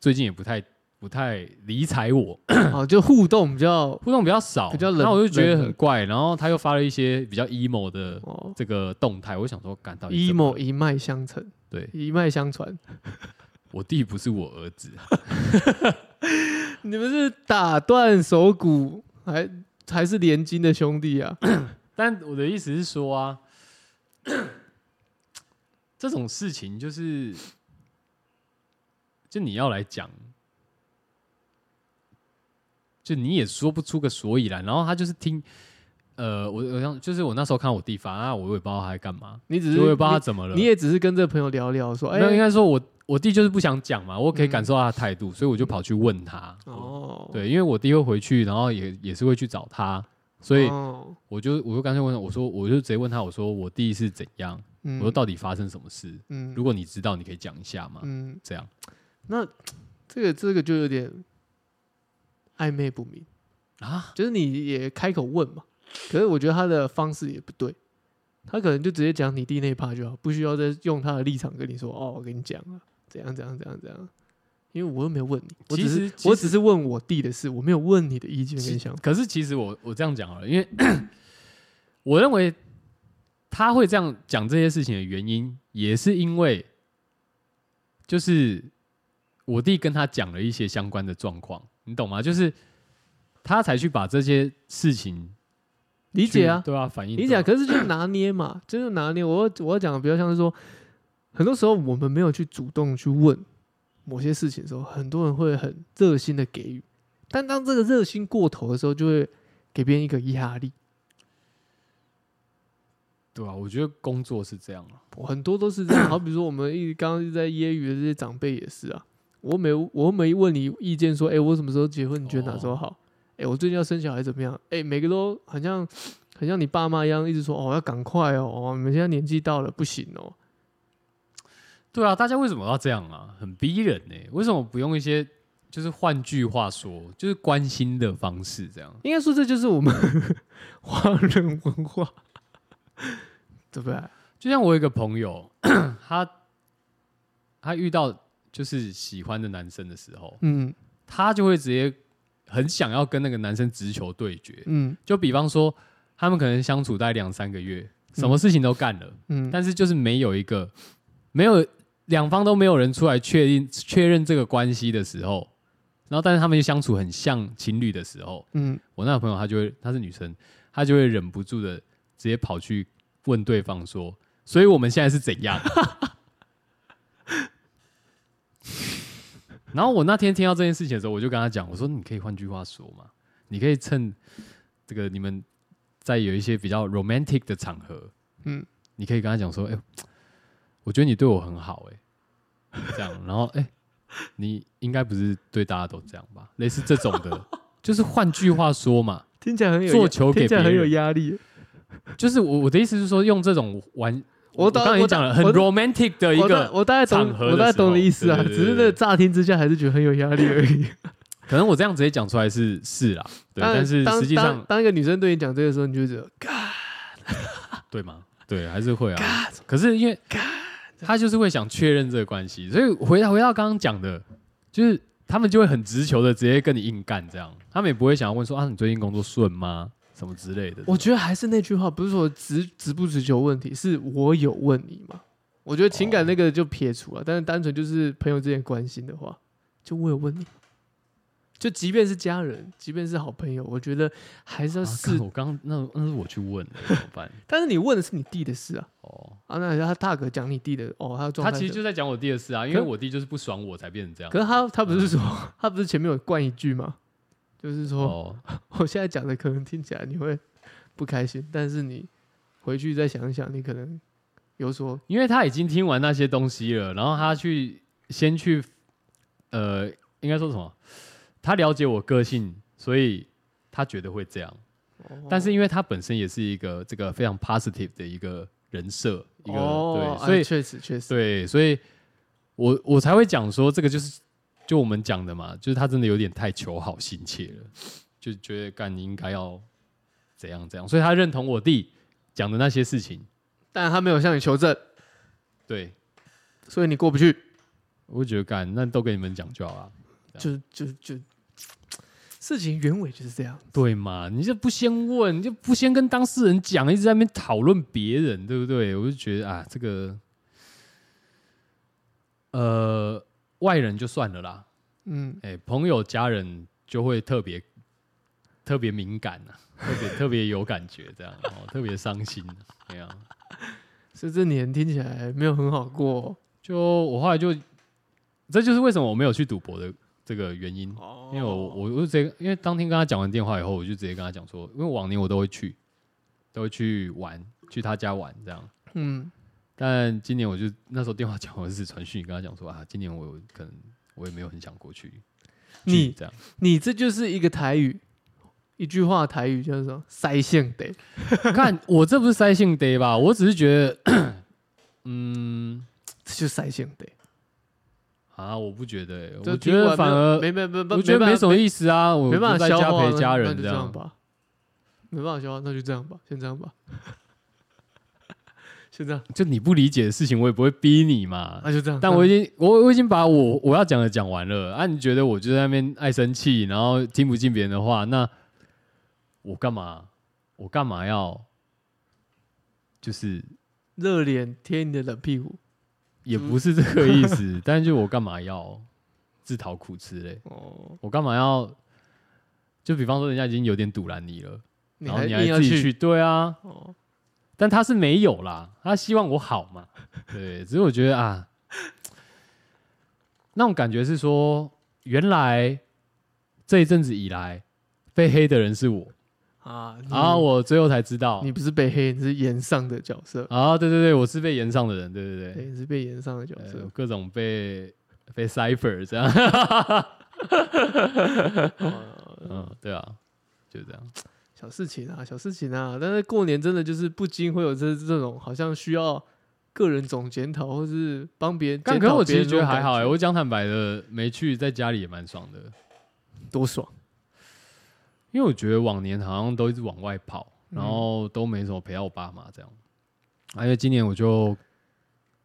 [SPEAKER 1] 最近也不太不太理睬我，
[SPEAKER 2] 好，哦就互动比较
[SPEAKER 1] 互动比较少，
[SPEAKER 2] 比较冷
[SPEAKER 1] 然后我就觉得
[SPEAKER 2] 冷
[SPEAKER 1] 很怪，然后他又发了一些比较 emo 的
[SPEAKER 2] 哦
[SPEAKER 1] 这个动态，我想说，干到底怎么嗯
[SPEAKER 2] ，emo 一脉相承，
[SPEAKER 1] 对
[SPEAKER 2] 一脉相传。
[SPEAKER 1] 我弟不是我儿子，
[SPEAKER 2] 你们是打断手骨，还还是连襟的兄弟啊？
[SPEAKER 1] 但我的意思是说啊， 这种事情就是，就你要来讲，就你也说不出个所以然。然后他就是听，呃，我我想就是我那时候看我弟发，啊，我也不知道他在干嘛，
[SPEAKER 2] 你只
[SPEAKER 1] 所
[SPEAKER 2] 是
[SPEAKER 1] 以我也不知道他
[SPEAKER 2] 你
[SPEAKER 1] 怎么了。
[SPEAKER 2] 你也只是跟这个朋友聊聊说，哎、
[SPEAKER 1] 没有，应该说我我弟就是不想讲嘛，我可以
[SPEAKER 2] 嗯
[SPEAKER 1] 感受到他的态度，所以我就跑去问他。
[SPEAKER 2] 哦，
[SPEAKER 1] 对，因为我弟会回去，然后也也是会去找他，所以
[SPEAKER 2] 哦
[SPEAKER 1] 我就我就干脆问他，我说我就直接问他，我说我弟是怎样，
[SPEAKER 2] 嗯
[SPEAKER 1] 我说到底发生什么事？
[SPEAKER 2] 嗯
[SPEAKER 1] 如果你知道，你可以讲一下吗？
[SPEAKER 2] 嗯，
[SPEAKER 1] 这样
[SPEAKER 2] 这个这个就有点暧昧不明，
[SPEAKER 1] 啊，
[SPEAKER 2] 就是你也开口问嘛，可是我觉得他的方式也不对，他可能就直接讲你弟那一趴就好，不需要再用他的立场跟你说，哦，我跟你讲啊，怎样怎样怎样怎样。因为我又没有问你，我只
[SPEAKER 1] 其实
[SPEAKER 2] 是
[SPEAKER 1] 其实
[SPEAKER 2] 我只是问我弟的事，我没有问你的意见跟
[SPEAKER 1] 其
[SPEAKER 2] 想法。
[SPEAKER 1] 可是其实我我这样讲好了，因为我认为他会这样讲这些事情的原因，也是因为就是我弟跟他讲了一些相关的状况，你懂吗？就是他才去把这些事情
[SPEAKER 2] 理解啊
[SPEAKER 1] 去，对啊，反映
[SPEAKER 2] 理
[SPEAKER 1] 出
[SPEAKER 2] 解
[SPEAKER 1] 来
[SPEAKER 2] 啊，可是就是拿捏嘛，就是拿捏。我要我要讲的比较像是说，很多时候我们没有去主动去问某些事情的时候，很多人会很热心的给予，但当这个热心过头的时候，就会给别人一个压力。
[SPEAKER 1] 对啊，我觉得工作是这样啊，
[SPEAKER 2] 很多都是这样，好比说我们一直刚刚一直在揶揄的这些长辈也是啊，我没我没问你意见说，哎、我什么时候结婚？你觉得哪时候好？哎、我最近要生小孩怎么样？哎、每个都好像很像你爸妈一样，一直说哦要赶快哦，哦你们现在年纪到了不行哦，
[SPEAKER 1] 对啊，大家为什么要这样啊？很逼人呢、为什么不用一些就是换句话说，就是关心的方式这样？
[SPEAKER 2] 应该说这就是我们 华人文化，对不对？
[SPEAKER 1] 就像我有一个朋友， 他他遇到就是喜欢的男生的时候，
[SPEAKER 2] 嗯
[SPEAKER 1] 他就会直接很想要跟那个男生直球对决。
[SPEAKER 2] 嗯
[SPEAKER 1] 就比方说，他们可能相处大概两三个月，什么事情都干了，
[SPEAKER 2] 嗯，
[SPEAKER 1] 但是就是没有一个没有两方都没有人出来确定确认这个关系的时候，然后但是他们就相处很像情侣的时候，
[SPEAKER 2] 嗯
[SPEAKER 1] 我那个朋友她就会，她是女生，她就会忍不住的直接跑去问对方说：“所以我们现在是怎样？” 然后我那天听到这件事情的时候，我就跟她讲，我说：“你可以换句话说嘛，你可以趁这个你们在有一些比较 romantic 的场合，
[SPEAKER 2] 嗯
[SPEAKER 1] 嗯，你可以跟她讲说：‘哎、我觉得你对我很好、哎，这样，然后哎、你应该不是对大家都这样吧？’类似这种的。”就是换句话说嘛，
[SPEAKER 2] 听起来很有
[SPEAKER 1] 做球给
[SPEAKER 2] 听起来很
[SPEAKER 1] 别
[SPEAKER 2] 有
[SPEAKER 1] 人
[SPEAKER 2] 压力。
[SPEAKER 1] 就是我我的意思是说，用这种玩，
[SPEAKER 2] 我
[SPEAKER 1] 我
[SPEAKER 2] 懂
[SPEAKER 1] 刚才已
[SPEAKER 2] 我
[SPEAKER 1] 经讲了很
[SPEAKER 2] 我
[SPEAKER 1] romantic 的一
[SPEAKER 2] 我大
[SPEAKER 1] 个，
[SPEAKER 2] 我大概懂
[SPEAKER 1] 场，合的
[SPEAKER 2] 我大概懂你意思啊，
[SPEAKER 1] 时候对对对
[SPEAKER 2] 只是那个乍听之下还是觉得很有压力而已。
[SPEAKER 1] 可能我这样直接讲出来是是啦，对，
[SPEAKER 2] 当然
[SPEAKER 1] 但是
[SPEAKER 2] 当
[SPEAKER 1] 实际
[SPEAKER 2] 当
[SPEAKER 1] 上
[SPEAKER 2] 当一个女生对你讲这个时候，你就觉得
[SPEAKER 1] 对吗？对，还是会啊。可是因为他就是会想确认这个关系，所以回到回到刚刚讲的，就是他们就会很直球的直接跟你硬干这样，他们也不会想要问说啊，你最近工作顺吗？什么之类的。
[SPEAKER 2] 我觉得还是那句话，不是说直直不直球问题，是我有问你吗？我觉得情感那个就撇除了，
[SPEAKER 1] 哦
[SPEAKER 2] 但是单纯就是朋友之间关心的话，就我有问你，就即便是家人，即便是好朋友，我觉得还是要
[SPEAKER 1] 啊
[SPEAKER 2] 试。
[SPEAKER 1] 干我刚那那是我去问的，怎么办？
[SPEAKER 2] 但是你问的是你弟的事啊，
[SPEAKER 1] 哦，
[SPEAKER 2] 啊，那他大哥讲你弟的哦，他的 状
[SPEAKER 1] 他
[SPEAKER 2] 态
[SPEAKER 1] 其实
[SPEAKER 2] 是
[SPEAKER 1] 就在讲我弟的事啊，因为
[SPEAKER 2] 可
[SPEAKER 1] 我弟就是不爽我才变成这样
[SPEAKER 2] 可。是他他不是说、 他不是前面有灌一句吗？就是说、
[SPEAKER 1] 哦，
[SPEAKER 2] 我现在讲的可能听起来你会不开心，但是你回去再想一想，你可能有所
[SPEAKER 1] 因为他已经听完那些东西了，然后他去先去，呃，应该说什么？他了解我个性，所以他觉得会这样。
[SPEAKER 2] 哦
[SPEAKER 1] 但是因为他本身也是一个这个非常 positive 的一个人设，一个、
[SPEAKER 2] 哦、
[SPEAKER 1] 对，所以、
[SPEAKER 2] 哎确实确实，
[SPEAKER 1] 对，所以我我才会讲说这个就是就我们讲的嘛，就是他真的有点太求好心切了，就觉得干你应该要怎样怎样，所以他认同我弟讲的那些事情，
[SPEAKER 2] 但他没有向你求证，
[SPEAKER 1] 对。
[SPEAKER 2] 所以你过不去，
[SPEAKER 1] 我就觉得干，那都给你们讲就好了。这
[SPEAKER 2] 就就就事情原委就是这样。
[SPEAKER 1] 对嘛？你就不先问，你就不先跟当事人讲，一直在那边讨论别人，对不对？我就觉得啊，这个，呃，外人就算了啦，
[SPEAKER 2] 嗯，
[SPEAKER 1] 哎、朋友、家人就会特别特别敏感啊，特别特别有感觉，这样哦，特别伤心、啊，这样。
[SPEAKER 2] 所以这年听起来没有很好过、
[SPEAKER 1] 就我后来就，这就是为什么我没有去赌博的这个原因，
[SPEAKER 2] 哦
[SPEAKER 1] 因为我我我就直接，因为当天跟他讲完电话以后，我就直接跟他讲说，因为往年我都会去，都会去玩，去他家玩这样。
[SPEAKER 2] 嗯，
[SPEAKER 1] 但今年我就那时候电话讲完是传讯，跟他讲说啊，今年我有可能我也没有很想过去，
[SPEAKER 2] 你
[SPEAKER 1] 去这样
[SPEAKER 2] 你这就是一个台语，一句话台语叫做什么“塞线得
[SPEAKER 1] 看我这不是塞性 day 吧？我只是觉得，嗯”，
[SPEAKER 2] 这就塞线得。
[SPEAKER 1] 啊，我不觉得欸、
[SPEAKER 2] 这
[SPEAKER 1] 我觉
[SPEAKER 2] 听完
[SPEAKER 1] 得反而
[SPEAKER 2] 没没没没，
[SPEAKER 1] 我觉得没什
[SPEAKER 2] 么，
[SPEAKER 1] 么意思啊，我
[SPEAKER 2] 没办
[SPEAKER 1] 就
[SPEAKER 2] 法
[SPEAKER 1] 在
[SPEAKER 2] 消
[SPEAKER 1] 家
[SPEAKER 2] 化，
[SPEAKER 1] 陪
[SPEAKER 2] 那
[SPEAKER 1] 家
[SPEAKER 2] 那
[SPEAKER 1] 人
[SPEAKER 2] 就
[SPEAKER 1] 这
[SPEAKER 2] 这
[SPEAKER 1] 样。
[SPEAKER 2] 吧。没办法消化，那就这样吧，先这样吧， 先这样，
[SPEAKER 1] 就你不理解的事情，我也不会逼你嘛。
[SPEAKER 2] 那就 这样。
[SPEAKER 1] 但我已经我我已经把我我要讲的讲完了啊！你觉得我就在那边爱生气，然后听不进别人的话，那我干嘛？我干嘛要？就是
[SPEAKER 2] 热脸贴你的冷屁股。
[SPEAKER 1] 也不是这个意思，但是就我干嘛要自讨苦吃嘞？
[SPEAKER 2] 哦，
[SPEAKER 1] 我干嘛要？就比方说，人家已经有点堵拦你了，
[SPEAKER 2] 你
[SPEAKER 1] 然后
[SPEAKER 2] 还
[SPEAKER 1] 你
[SPEAKER 2] 硬
[SPEAKER 1] 还
[SPEAKER 2] 要
[SPEAKER 1] 自己去，对啊，
[SPEAKER 2] 哦，
[SPEAKER 1] 但他是没有啦，他希望我好 嘛，对，只是我觉得啊，那种感觉是说，原来这一阵子以来被黑的人是我，
[SPEAKER 2] 啊
[SPEAKER 1] 然后
[SPEAKER 2] 我
[SPEAKER 1] 我最后才知道
[SPEAKER 2] 你，不是被黑，你是岩上的角色，
[SPEAKER 1] 啊，对对对，我是被延上的人，对对
[SPEAKER 2] 对，
[SPEAKER 1] 对，
[SPEAKER 2] 你是被岩上的角
[SPEAKER 1] 呃
[SPEAKER 2] 色。
[SPEAKER 1] 各种被被 cipher 这样，
[SPEAKER 2] 哦
[SPEAKER 1] 嗯，对啊，就这样，
[SPEAKER 2] 小事情啊，小事情啊，但是过年真的就是不禁会有这这种好像需要个人总检讨，或是帮别人
[SPEAKER 1] 但
[SPEAKER 2] 检
[SPEAKER 1] 可是
[SPEAKER 2] 讨
[SPEAKER 1] 我
[SPEAKER 2] 别
[SPEAKER 1] 其实
[SPEAKER 2] 人那种感。
[SPEAKER 1] 觉得还好哎、我讲坦白的，没去在家里也蛮爽的，
[SPEAKER 2] 多爽，
[SPEAKER 1] 因为我觉得往年好像都一直往外跑，
[SPEAKER 2] 嗯
[SPEAKER 1] 然后都没什么陪到我爸妈这样。而且今年我就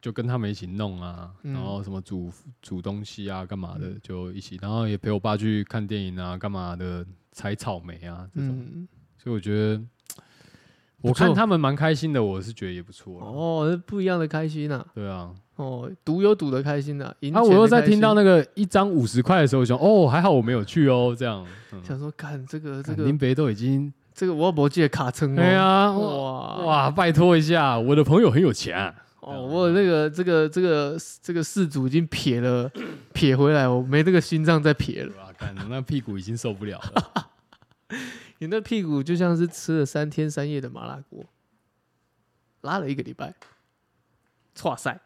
[SPEAKER 1] 就跟他们一起弄啊，
[SPEAKER 2] 嗯
[SPEAKER 1] 然后什么煮煮东西啊，干嘛的
[SPEAKER 2] 嗯
[SPEAKER 1] 就一起，然后也陪我爸去看电影啊，干嘛的采草莓啊这种。
[SPEAKER 2] 嗯，
[SPEAKER 1] 所以我觉得
[SPEAKER 2] 不
[SPEAKER 1] 我
[SPEAKER 2] 错
[SPEAKER 1] 看他们蛮开心的，我是觉得也不错啦。
[SPEAKER 2] 哦，那不一样的开心啊，
[SPEAKER 1] 对啊，
[SPEAKER 2] 哦，赌有赌的开心啊，赢
[SPEAKER 1] 啊，
[SPEAKER 2] 钱
[SPEAKER 1] 我
[SPEAKER 2] 的
[SPEAKER 1] 又在
[SPEAKER 2] 开心
[SPEAKER 1] 听到那个一张五十块的时候，我想哦，还好我没有去哦，这样。嗯，
[SPEAKER 2] 想说，干这个
[SPEAKER 1] 肯
[SPEAKER 2] 这个
[SPEAKER 1] 定别都已经
[SPEAKER 2] 这个，我要不记得卡称哦，
[SPEAKER 1] 对啊，我
[SPEAKER 2] 哇
[SPEAKER 1] 哇，拜托一下，我的朋友很有钱 啊、
[SPEAKER 2] 哦，我有那个这个这个这个事主已经撇了撇回来，我没这个心脏再撇了。
[SPEAKER 1] 哇，干，那屁股已经受不了 了。
[SPEAKER 2] 你那屁股就像是吃了三天三夜的麻辣锅，拉了一个礼拜，哇塞，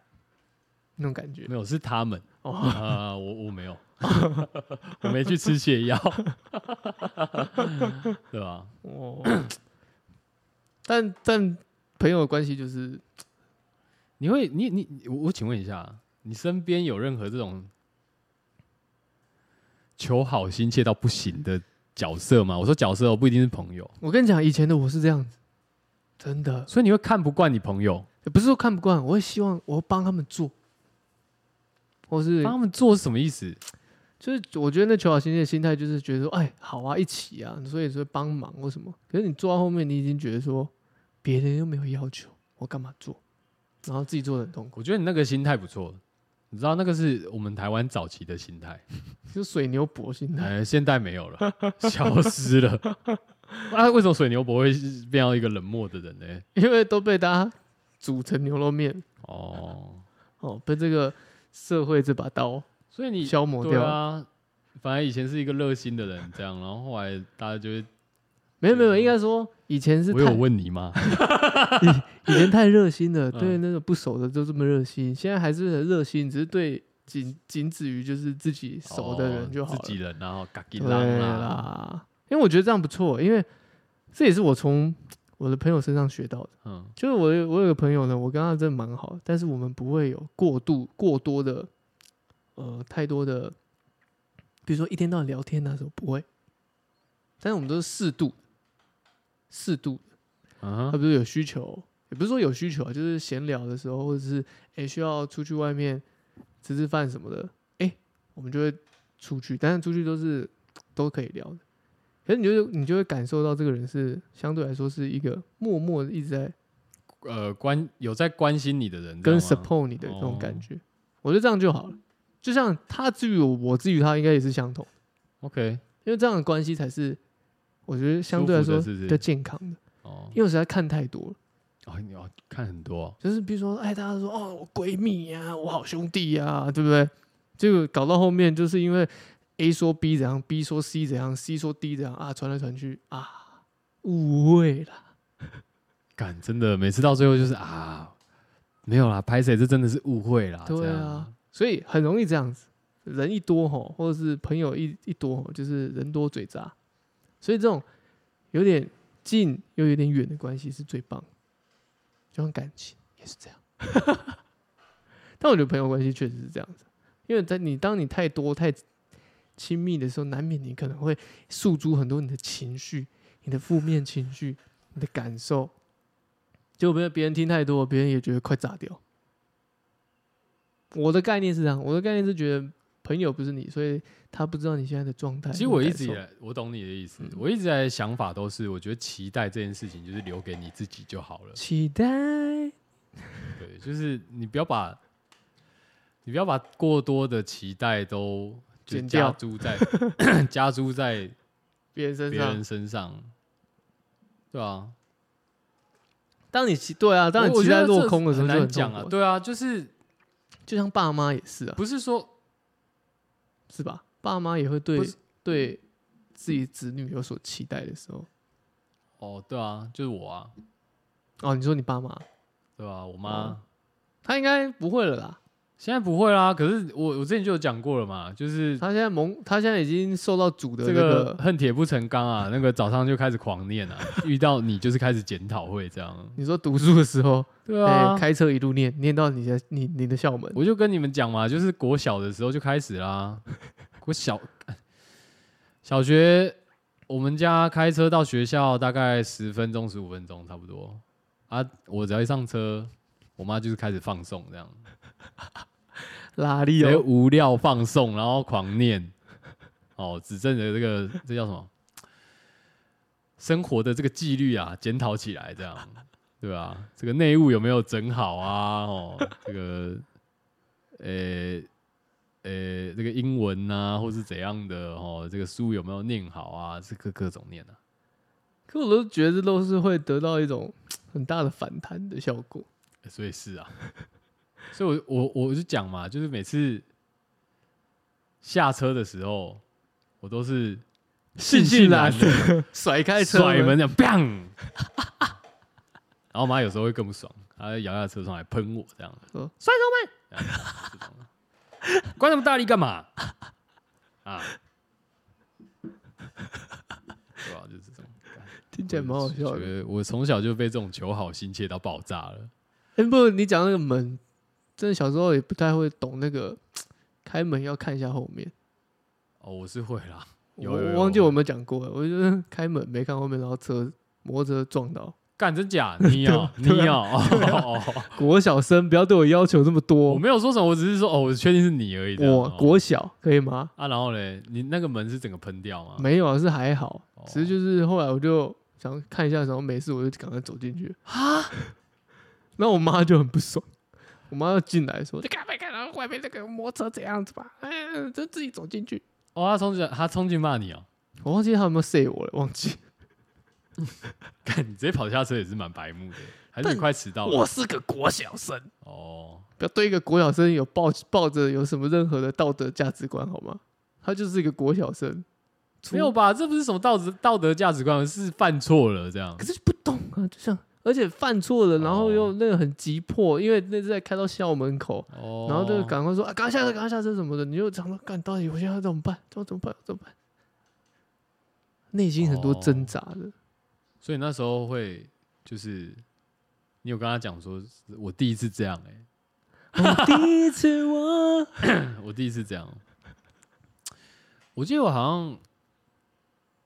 [SPEAKER 2] 那种感觉
[SPEAKER 1] 没有，是他们
[SPEAKER 2] 哦，
[SPEAKER 1] 啊、我我没有， 我没去吃泻药， 对吧？
[SPEAKER 2] 哦， 但但朋友的关系就是
[SPEAKER 1] 你会，你你你我我请问一下，你身边有任何这种求好心切到不行的角色吗？我说角色哦，不一定是朋友，
[SPEAKER 2] 我跟你讲，以前的我是这样子，真的
[SPEAKER 1] 所以你会看不惯你朋友，
[SPEAKER 2] 不是说看不惯，我会希望我会帮他们做，或是
[SPEAKER 1] 帮他们做是什么意思？
[SPEAKER 2] 就是我觉得那求好心切的心态就是觉得说，哎，好啊，一起啊，所以说帮忙或什么。可是你做到后面，你已经觉得说，别人又没有要求，我干嘛做？然后自己做的很痛苦，
[SPEAKER 1] 我觉得你那个心态不错，你知道那个是我们台湾早期的心态。
[SPEAKER 2] 就水牛博心态。
[SPEAKER 1] 呃，现在没有了，消失了。 啊，为什么水牛不会是变到一个冷漠的人呢？
[SPEAKER 2] 因为都被大家煮成牛肉面
[SPEAKER 1] 哦，
[SPEAKER 2] 哦，被这个社会这把刀
[SPEAKER 1] 所以你
[SPEAKER 2] 消磨
[SPEAKER 1] 对
[SPEAKER 2] 掉。
[SPEAKER 1] 啊，反正以前是一个热心的人，这样，然后后来大家就会，
[SPEAKER 2] 没有没
[SPEAKER 1] 啊
[SPEAKER 2] 有，应该说以前是
[SPEAKER 1] 我有
[SPEAKER 2] 太
[SPEAKER 1] 问你吗？
[SPEAKER 2] 以前太热心了，
[SPEAKER 1] 嗯
[SPEAKER 2] 对那个不熟的都这么热心，现在还是很热心，只是对仅仅止于就是自己 熟的人就好
[SPEAKER 1] 哦
[SPEAKER 2] 了。
[SPEAKER 1] 自己人，然后嘎吉
[SPEAKER 2] 对
[SPEAKER 1] 浪啊啦，
[SPEAKER 2] 啦，因为我觉得这样不错，因为这也是我从我的朋友身上学到的。
[SPEAKER 1] 嗯，
[SPEAKER 2] 就是我有我有个朋友呢，我跟他真的蛮好，但是我们不会有过度过多的呃太多的，比如说一天到晚聊天啊什么不会，但是我们都是适度的，适度
[SPEAKER 1] 嗯
[SPEAKER 2] 他
[SPEAKER 1] 哼
[SPEAKER 2] 不是有需求，也不是说有需求啊，就是闲聊的时候，或者是诶需要出去外面吃吃饭什么的，诶，我们就会出去，但是出去都是都可以聊的。可是你就你就会感受到这个人是相对来说是一个默默的一直在
[SPEAKER 1] 呃，关有在关心你的人，
[SPEAKER 2] 跟
[SPEAKER 1] 这样吗
[SPEAKER 2] support 你的这种感
[SPEAKER 1] 哦
[SPEAKER 2] 觉，我觉得这样就好了。就像他至于我，我至于他，应该也是相同，
[SPEAKER 1] OK，
[SPEAKER 2] 因为这样的关系才是我觉得相对来
[SPEAKER 1] 舒服的
[SPEAKER 2] 说
[SPEAKER 1] 是不是
[SPEAKER 2] 比较健康的。
[SPEAKER 1] 哦，
[SPEAKER 2] 因为我实在看太多了。
[SPEAKER 1] 哦，你要看很多哦，
[SPEAKER 2] 就是比如说，哎，大家说哦，我闺蜜呀、我好兄弟呀、对不对？结果搞到后面，就是因为 A 说 B 怎样，B 说 C 怎样，C 说 D 怎样啊，传来传去啊，误会啦。
[SPEAKER 1] 干，真的每次到最后就是啊，没有啦，拍谁这真的是误会啦。
[SPEAKER 2] 对
[SPEAKER 1] 这
[SPEAKER 2] 啊
[SPEAKER 1] 样，，
[SPEAKER 2] 所以很容易这样子，人一多吼，或者是朋友一一多吼，就是人多嘴杂，所以这种有点近又有点远的关系是最棒的，就像感情也是这样。 但我觉得朋友关系确实是这样子，因为在你当你太多太亲密的时候，难免你可能会诉诸很多你的情绪、你的负面情绪、你的感受，结果被别人听太多，别人也觉得快炸掉。我的概念是这样，我的概念是觉得朋友不是你，所以他不知道你现在的状态。
[SPEAKER 1] 其实我一直以
[SPEAKER 2] 你的感
[SPEAKER 1] 来，我懂你的意思
[SPEAKER 2] 嗯。
[SPEAKER 1] 我一直以来的想法都是，我觉得期待这件事情就是留给你自己就好了
[SPEAKER 2] 受。期待，
[SPEAKER 1] 对，就是你不要把，你不要把过多的期待都就
[SPEAKER 2] 减
[SPEAKER 1] 加
[SPEAKER 2] 掉
[SPEAKER 1] 诸 在 加诸在
[SPEAKER 2] 别人身
[SPEAKER 1] 别
[SPEAKER 2] 上
[SPEAKER 1] 人。身上，对啊。
[SPEAKER 2] 当你期对啊，当你
[SPEAKER 1] 我
[SPEAKER 2] 期待落空的时候
[SPEAKER 1] 我觉得这很
[SPEAKER 2] 就
[SPEAKER 1] 难
[SPEAKER 2] 痛
[SPEAKER 1] 讲
[SPEAKER 2] 苦
[SPEAKER 1] 啊。对啊，就是
[SPEAKER 2] 就像爸妈也是啊，
[SPEAKER 1] 不是说
[SPEAKER 2] 是吧？爸妈也会对
[SPEAKER 1] 不是
[SPEAKER 2] 对自己子女有所期待的时候。
[SPEAKER 1] 哦，对啊，就是我啊，
[SPEAKER 2] 哦，你说你爸妈，
[SPEAKER 1] 对啊，我妈。
[SPEAKER 2] 哦他应该不会了啦。
[SPEAKER 1] 现在不会啦，可是我我之前就有讲过了嘛，就是
[SPEAKER 2] 他现在蒙，他现在已经受到主的
[SPEAKER 1] 这
[SPEAKER 2] 那
[SPEAKER 1] 个
[SPEAKER 2] 个。
[SPEAKER 1] 恨铁不成钢 啊，那个早上就开始狂念啊，遇到你就是开始检讨会这样，
[SPEAKER 2] 你说读书的时候，
[SPEAKER 1] 对
[SPEAKER 2] 哎、
[SPEAKER 1] 啊，
[SPEAKER 2] 开车一路念念到你的你你的校门，
[SPEAKER 1] 我就跟你们讲嘛，就是国小的时候就开始 啦，国小小学我们家开车到学校大概十分钟十五分钟差不多啊，我只要一上车，我妈就是开始放送这样，
[SPEAKER 2] 拉力
[SPEAKER 1] 直接哎
[SPEAKER 2] 哦，
[SPEAKER 1] 无料放送，然后狂念，哦，指正的这个这叫什么？生活的这个纪律啊，检讨起来，这样对吧、这个内务有没有整好啊？哦，这个，呃、呃、这个英文啊，或是怎样的哦，这个书有没有念好啊？这个各种念啊，
[SPEAKER 2] 可我都觉得这都是会得到一种很大的反弹的效果。
[SPEAKER 1] 所以是啊，所以我我我就讲嘛，就是每次下车的时候，我都是悻悻然
[SPEAKER 2] 悻
[SPEAKER 1] 的
[SPEAKER 2] 然地啊 甩开车
[SPEAKER 1] 甩门，这样 bang，然后我妈有时候会更不爽，她摇下车窗来喷我这样，
[SPEAKER 2] 说
[SPEAKER 1] 摔窗门，这样这种关那么大力干嘛？啊，对吧、啊就是这种。
[SPEAKER 2] 听起来蛮好笑
[SPEAKER 1] 我
[SPEAKER 2] 的。
[SPEAKER 1] 觉得我从小就被这种求好心切到爆炸了。
[SPEAKER 2] 哎、不过你讲那个门，真的小时候也不太会懂那个开门要看一下后面。
[SPEAKER 1] 哦，我是会啦，有
[SPEAKER 2] 我
[SPEAKER 1] 有有
[SPEAKER 2] 我忘记我有没有讲过了，我就是开门没看后面，然后车摩托车撞到。
[SPEAKER 1] 干真 假？你哦，你
[SPEAKER 2] 对啊
[SPEAKER 1] 哦，哦
[SPEAKER 2] 国小生不要对我要求这么
[SPEAKER 1] 我
[SPEAKER 2] 多，
[SPEAKER 1] 没有说什么，我只是说哦，我确定是你而已这样。
[SPEAKER 2] 我
[SPEAKER 1] 哦
[SPEAKER 2] 国小可以吗？
[SPEAKER 1] 啊，然后嘞，你那个门是整个喷掉吗？
[SPEAKER 2] 没有啊，是还好，
[SPEAKER 1] 哦
[SPEAKER 2] 只是就是后来我就想看一下，然后没事我就赶快走进去啊。 然后我妈就很不爽，我妈就进来说：“你看没看到外面那个摩托车这样子吧？哎，就自己走进去。
[SPEAKER 1] 哦，他冲进来，他冲进骂你哦，”
[SPEAKER 2] 我忘记她有没有 say 我了，忘记。
[SPEAKER 1] 看你直接跑下车也是蛮白目的，还是
[SPEAKER 2] 但
[SPEAKER 1] 你快迟到
[SPEAKER 2] 哦我
[SPEAKER 1] 了？
[SPEAKER 2] 是个国小生，
[SPEAKER 1] 哦，
[SPEAKER 2] 不要对一个国小生有抱抱着有什么任何的道德价值观好吗？他就是一个国小生，
[SPEAKER 1] 没有
[SPEAKER 2] 出，
[SPEAKER 1] 吧？这不是什么道德道德价值观，是犯错了这样
[SPEAKER 2] 可。是不懂啊，就像而且犯错
[SPEAKER 1] 哦
[SPEAKER 2] 了，然后又那个很急迫，因为那是在开到校门口，
[SPEAKER 1] 哦，
[SPEAKER 2] 然后就赶快说啊，赶快下车，赶快下车什么的，你就想说，干到底我现在要怎么办？怎么怎么办？怎么办？内心很多挣扎的，
[SPEAKER 1] 所以那时候会就是，你有跟他讲说，我第一次这样哎、
[SPEAKER 2] 我哦第一次我
[SPEAKER 1] 我第一次这样。我记得我好像，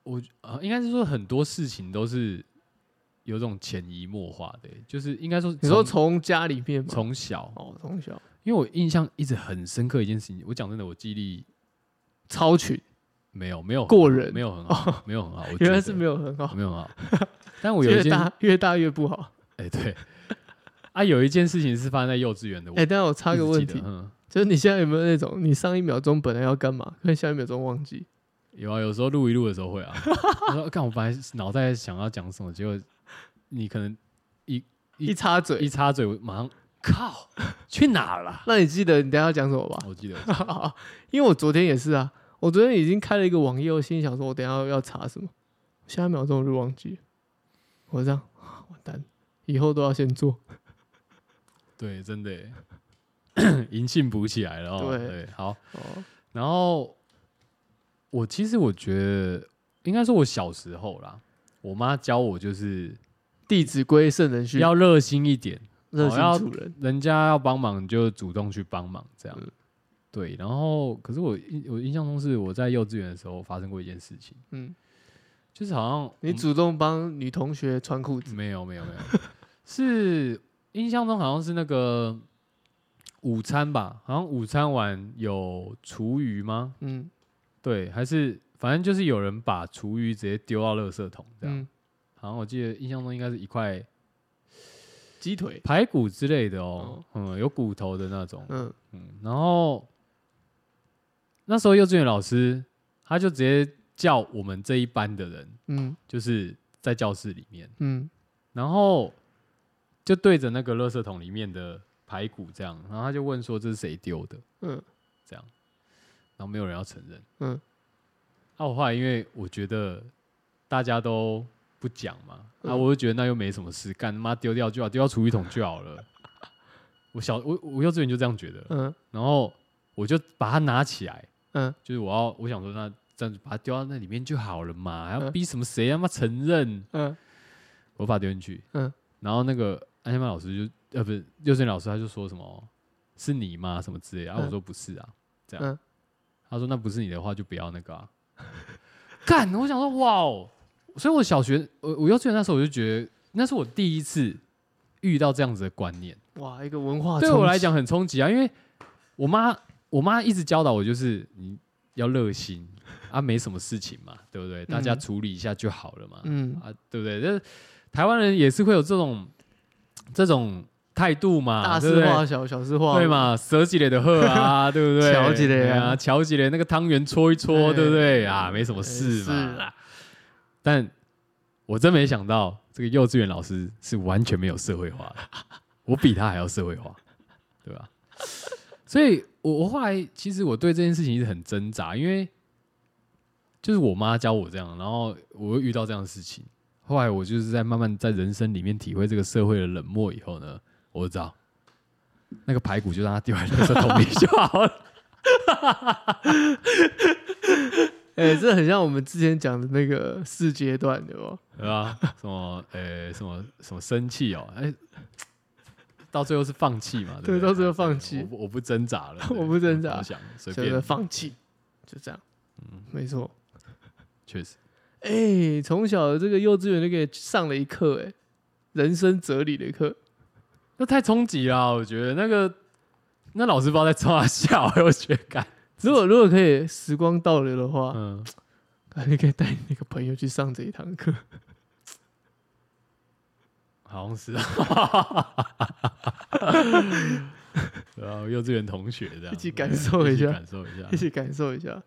[SPEAKER 1] 我啊，应该是说很多事情都是有种潜移默化的欸、就是应该说
[SPEAKER 2] 你说从家里面嘛，
[SPEAKER 1] 从小，
[SPEAKER 2] 哦，从小
[SPEAKER 1] 因为我印象一直很深刻一件事情，我讲真的，我记忆力
[SPEAKER 2] 超群，
[SPEAKER 1] 没有没有很
[SPEAKER 2] 过
[SPEAKER 1] 好
[SPEAKER 2] 人哦
[SPEAKER 1] 没有很好，哦没有很好，我
[SPEAKER 2] 原
[SPEAKER 1] 觉
[SPEAKER 2] 来是
[SPEAKER 1] 得
[SPEAKER 2] 没有很好，
[SPEAKER 1] 没有很好。但我有
[SPEAKER 2] 越
[SPEAKER 1] 一件，哎、
[SPEAKER 2] 大越大越不好。
[SPEAKER 1] 对，啊，有一件事情是发生在幼稚园的，我
[SPEAKER 2] 哎，但我插
[SPEAKER 1] 一
[SPEAKER 2] 个
[SPEAKER 1] 直
[SPEAKER 2] 问
[SPEAKER 1] 记得
[SPEAKER 2] 题，
[SPEAKER 1] 嗯，
[SPEAKER 2] 就是你现在有没有那种，你上一秒钟本来要干嘛，但下一秒钟忘记？
[SPEAKER 1] 有啊，有时候录一录的时候 会啊。我说，看我本来脑袋想要讲什么，结果你可能一
[SPEAKER 2] 一插
[SPEAKER 1] 一
[SPEAKER 2] 嘴，
[SPEAKER 1] 插嘴，我马上靠，去哪儿了？
[SPEAKER 2] 那你记得你等一下要讲什么吧？
[SPEAKER 1] 我记得，
[SPEAKER 2] 因为我昨天也是啊，我昨天已经开了一个网页，我心里想说，我等一下要查什么，下一秒钟我就忘记了，我这样啊完蛋，以后都要先做。
[SPEAKER 1] 对，真的 耶银杏补起来了哦。
[SPEAKER 2] 对
[SPEAKER 1] 对，好。
[SPEAKER 2] 哦，
[SPEAKER 1] 然后我其实我觉得，应该说我小时候啦，我妈教我就是
[SPEAKER 2] 《弟子规》圣人训，
[SPEAKER 1] 要热心一点，
[SPEAKER 2] 热
[SPEAKER 1] 要
[SPEAKER 2] 心助人，
[SPEAKER 1] 人家要帮忙你就主动去帮忙，这样
[SPEAKER 2] 嗯。
[SPEAKER 1] 对，然后可是我印我印象中是我在幼稚园的时候发生过一件事情，
[SPEAKER 2] 嗯，
[SPEAKER 1] 就是好像
[SPEAKER 2] 你主动帮女同学穿裤子，
[SPEAKER 1] 没有没有没有， 是印象中好像是那个午餐吧，好像午餐完有厨余吗？
[SPEAKER 2] 嗯
[SPEAKER 1] 对，还是反正就是有人把厨余直接丢到垃圾桶这样。
[SPEAKER 2] 嗯，
[SPEAKER 1] 好像我记得印象中应该是一块
[SPEAKER 2] 鸡腿，
[SPEAKER 1] 排骨之类的哦，嗯，有骨头的那种，
[SPEAKER 2] 嗯
[SPEAKER 1] 嗯，然后那时候幼稚园老师他就直接叫我们这一班的人，
[SPEAKER 2] 嗯
[SPEAKER 1] 就是在教室里面，
[SPEAKER 2] 嗯
[SPEAKER 1] 然后就对着那个垃圾桶里面的排骨这样，然后他就问说这是谁丢的，
[SPEAKER 2] 嗯
[SPEAKER 1] 这样，然后没有人要承认。
[SPEAKER 2] 嗯
[SPEAKER 1] 啊，我后来因为我觉得大家都不讲嘛，啊，
[SPEAKER 2] 嗯
[SPEAKER 1] 我就觉得那又没什么事干，他妈丢掉就好，丢到厨余桶就好了。我小我我幼稚园就这样觉得，
[SPEAKER 2] 嗯
[SPEAKER 1] 然后我就把它拿起来，
[SPEAKER 2] 嗯
[SPEAKER 1] 就是我要我想说那这样子把它丢到那里面就好了嘛，还要
[SPEAKER 2] 嗯
[SPEAKER 1] 逼什么谁他妈承认？
[SPEAKER 2] 嗯
[SPEAKER 1] 我把它丢进去，
[SPEAKER 2] 嗯
[SPEAKER 1] 然后那个安全班老师就呃不是幼稚园老师，他就说什么是你吗什么之类的，然、后我
[SPEAKER 2] 嗯
[SPEAKER 1] 说不是啊，这样，
[SPEAKER 2] 嗯
[SPEAKER 1] 他说那不是你的话就不要那个啊， 干，我想说哇哦，所以我小学我我幼稚园那时候我就觉得那是我第一次遇到这样子的观念，
[SPEAKER 2] 哇，一个文化
[SPEAKER 1] 对
[SPEAKER 2] 啊冲
[SPEAKER 1] 我来
[SPEAKER 2] 击，
[SPEAKER 1] 讲很冲击啊，因为我妈我妈一直教导我就是你要热心啊，没什么事情嘛，对不对？大家
[SPEAKER 2] 嗯
[SPEAKER 1] 处理一下就好了嘛，
[SPEAKER 2] 嗯
[SPEAKER 1] 啊，对不对？就是台湾人也是会有这种这种态度嘛，
[SPEAKER 2] 大
[SPEAKER 1] 啊对不
[SPEAKER 2] 事
[SPEAKER 1] 对
[SPEAKER 2] 化小，小事化
[SPEAKER 1] 对嘛，蛇几类的鹤啊，对不对？
[SPEAKER 2] 瞧几嘞啊
[SPEAKER 1] 对啊，瞧几嘞那个汤圆搓一搓，
[SPEAKER 2] 哎
[SPEAKER 1] 对不对啊？没什么事嘛。
[SPEAKER 2] 哎是啦
[SPEAKER 1] 但我真没想到，这个幼稚园老师是完全没有社会化的，我比他还要社会化，对吧？所以我我后来其实我对这件事情一直很挣扎，因为就是我妈教我这样，然后我又遇到这样的事情，后来我就是在慢慢在人生里面体会这个社会的冷漠以后呢，我就知道那个排骨就让它丢在垃圾桶里就好了。
[SPEAKER 2] 哎、这很像我们之前讲的那个四阶段，对吧？
[SPEAKER 1] 对吧？什么呃、什么什么生气哦，哎、到最后是放弃嘛？对不对，
[SPEAKER 2] 对到最后放弃
[SPEAKER 1] 我不我不挣扎 了，
[SPEAKER 2] 我不挣扎
[SPEAKER 1] 我想随
[SPEAKER 2] 觉得
[SPEAKER 1] 便，
[SPEAKER 2] 放弃，就这样。嗯，没错。
[SPEAKER 1] 确实，
[SPEAKER 2] 哎、从小这个幼稚园就给上了一课，哎，人生哲理的课。
[SPEAKER 1] 那太冲击了，我觉得那个那老师不知道在冲他笑，我觉得感，
[SPEAKER 2] 如果如果可以时光倒流的话，
[SPEAKER 1] 嗯，
[SPEAKER 2] 啊你可以带你那个朋友去上这一 堂课。
[SPEAKER 1] 好像是， 对啊，幼稚园同学这样，
[SPEAKER 2] 一起感受一下
[SPEAKER 1] 起感受一下
[SPEAKER 2] 一。起感受一下，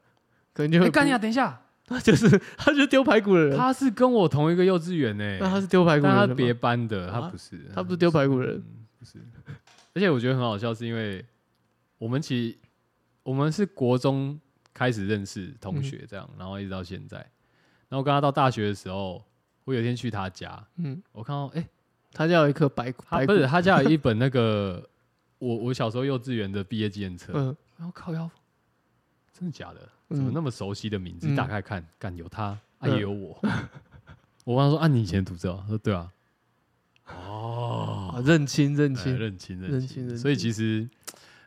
[SPEAKER 2] 可能就
[SPEAKER 1] 哎，
[SPEAKER 2] 会
[SPEAKER 1] 干呀！
[SPEAKER 2] 不。
[SPEAKER 1] 等一下，
[SPEAKER 2] 他就是他就是丢排骨的人，
[SPEAKER 1] 他是跟我同一个幼稚园呢，
[SPEAKER 2] 那他是丢排骨的人
[SPEAKER 1] 但
[SPEAKER 2] 吗
[SPEAKER 1] 他别班的，他
[SPEAKER 2] 啊
[SPEAKER 1] 不是，
[SPEAKER 2] 他不是丢排骨的人，
[SPEAKER 1] 嗯，不 是。而且我觉得很好笑，是因为我们其实我们是国中开始认识同
[SPEAKER 2] 嗯
[SPEAKER 1] 学这样，然后一直到现在。然后跟他到大学的时候，我有一天去他家，
[SPEAKER 2] 嗯，
[SPEAKER 1] 我看到哎、
[SPEAKER 2] 他家有一颗白骨
[SPEAKER 1] 他
[SPEAKER 2] 白
[SPEAKER 1] 不
[SPEAKER 2] 骨，
[SPEAKER 1] 是他家有一本那个我我小时候幼稚园的毕业纪念册，
[SPEAKER 2] 嗯
[SPEAKER 1] 然后靠腰，真的假的？
[SPEAKER 2] 嗯
[SPEAKER 1] 怎么那么熟悉的名字？
[SPEAKER 2] 嗯
[SPEAKER 1] 打开看，干有他，啊
[SPEAKER 2] 嗯
[SPEAKER 1] 也有我。 我问他说啊，你以前读这哦？他说对啊。哦
[SPEAKER 2] 啊，认亲认
[SPEAKER 1] 哎
[SPEAKER 2] 亲，
[SPEAKER 1] 认清，
[SPEAKER 2] 认
[SPEAKER 1] 认
[SPEAKER 2] 清
[SPEAKER 1] 清。
[SPEAKER 2] 认
[SPEAKER 1] 所以其
[SPEAKER 2] 清
[SPEAKER 1] 实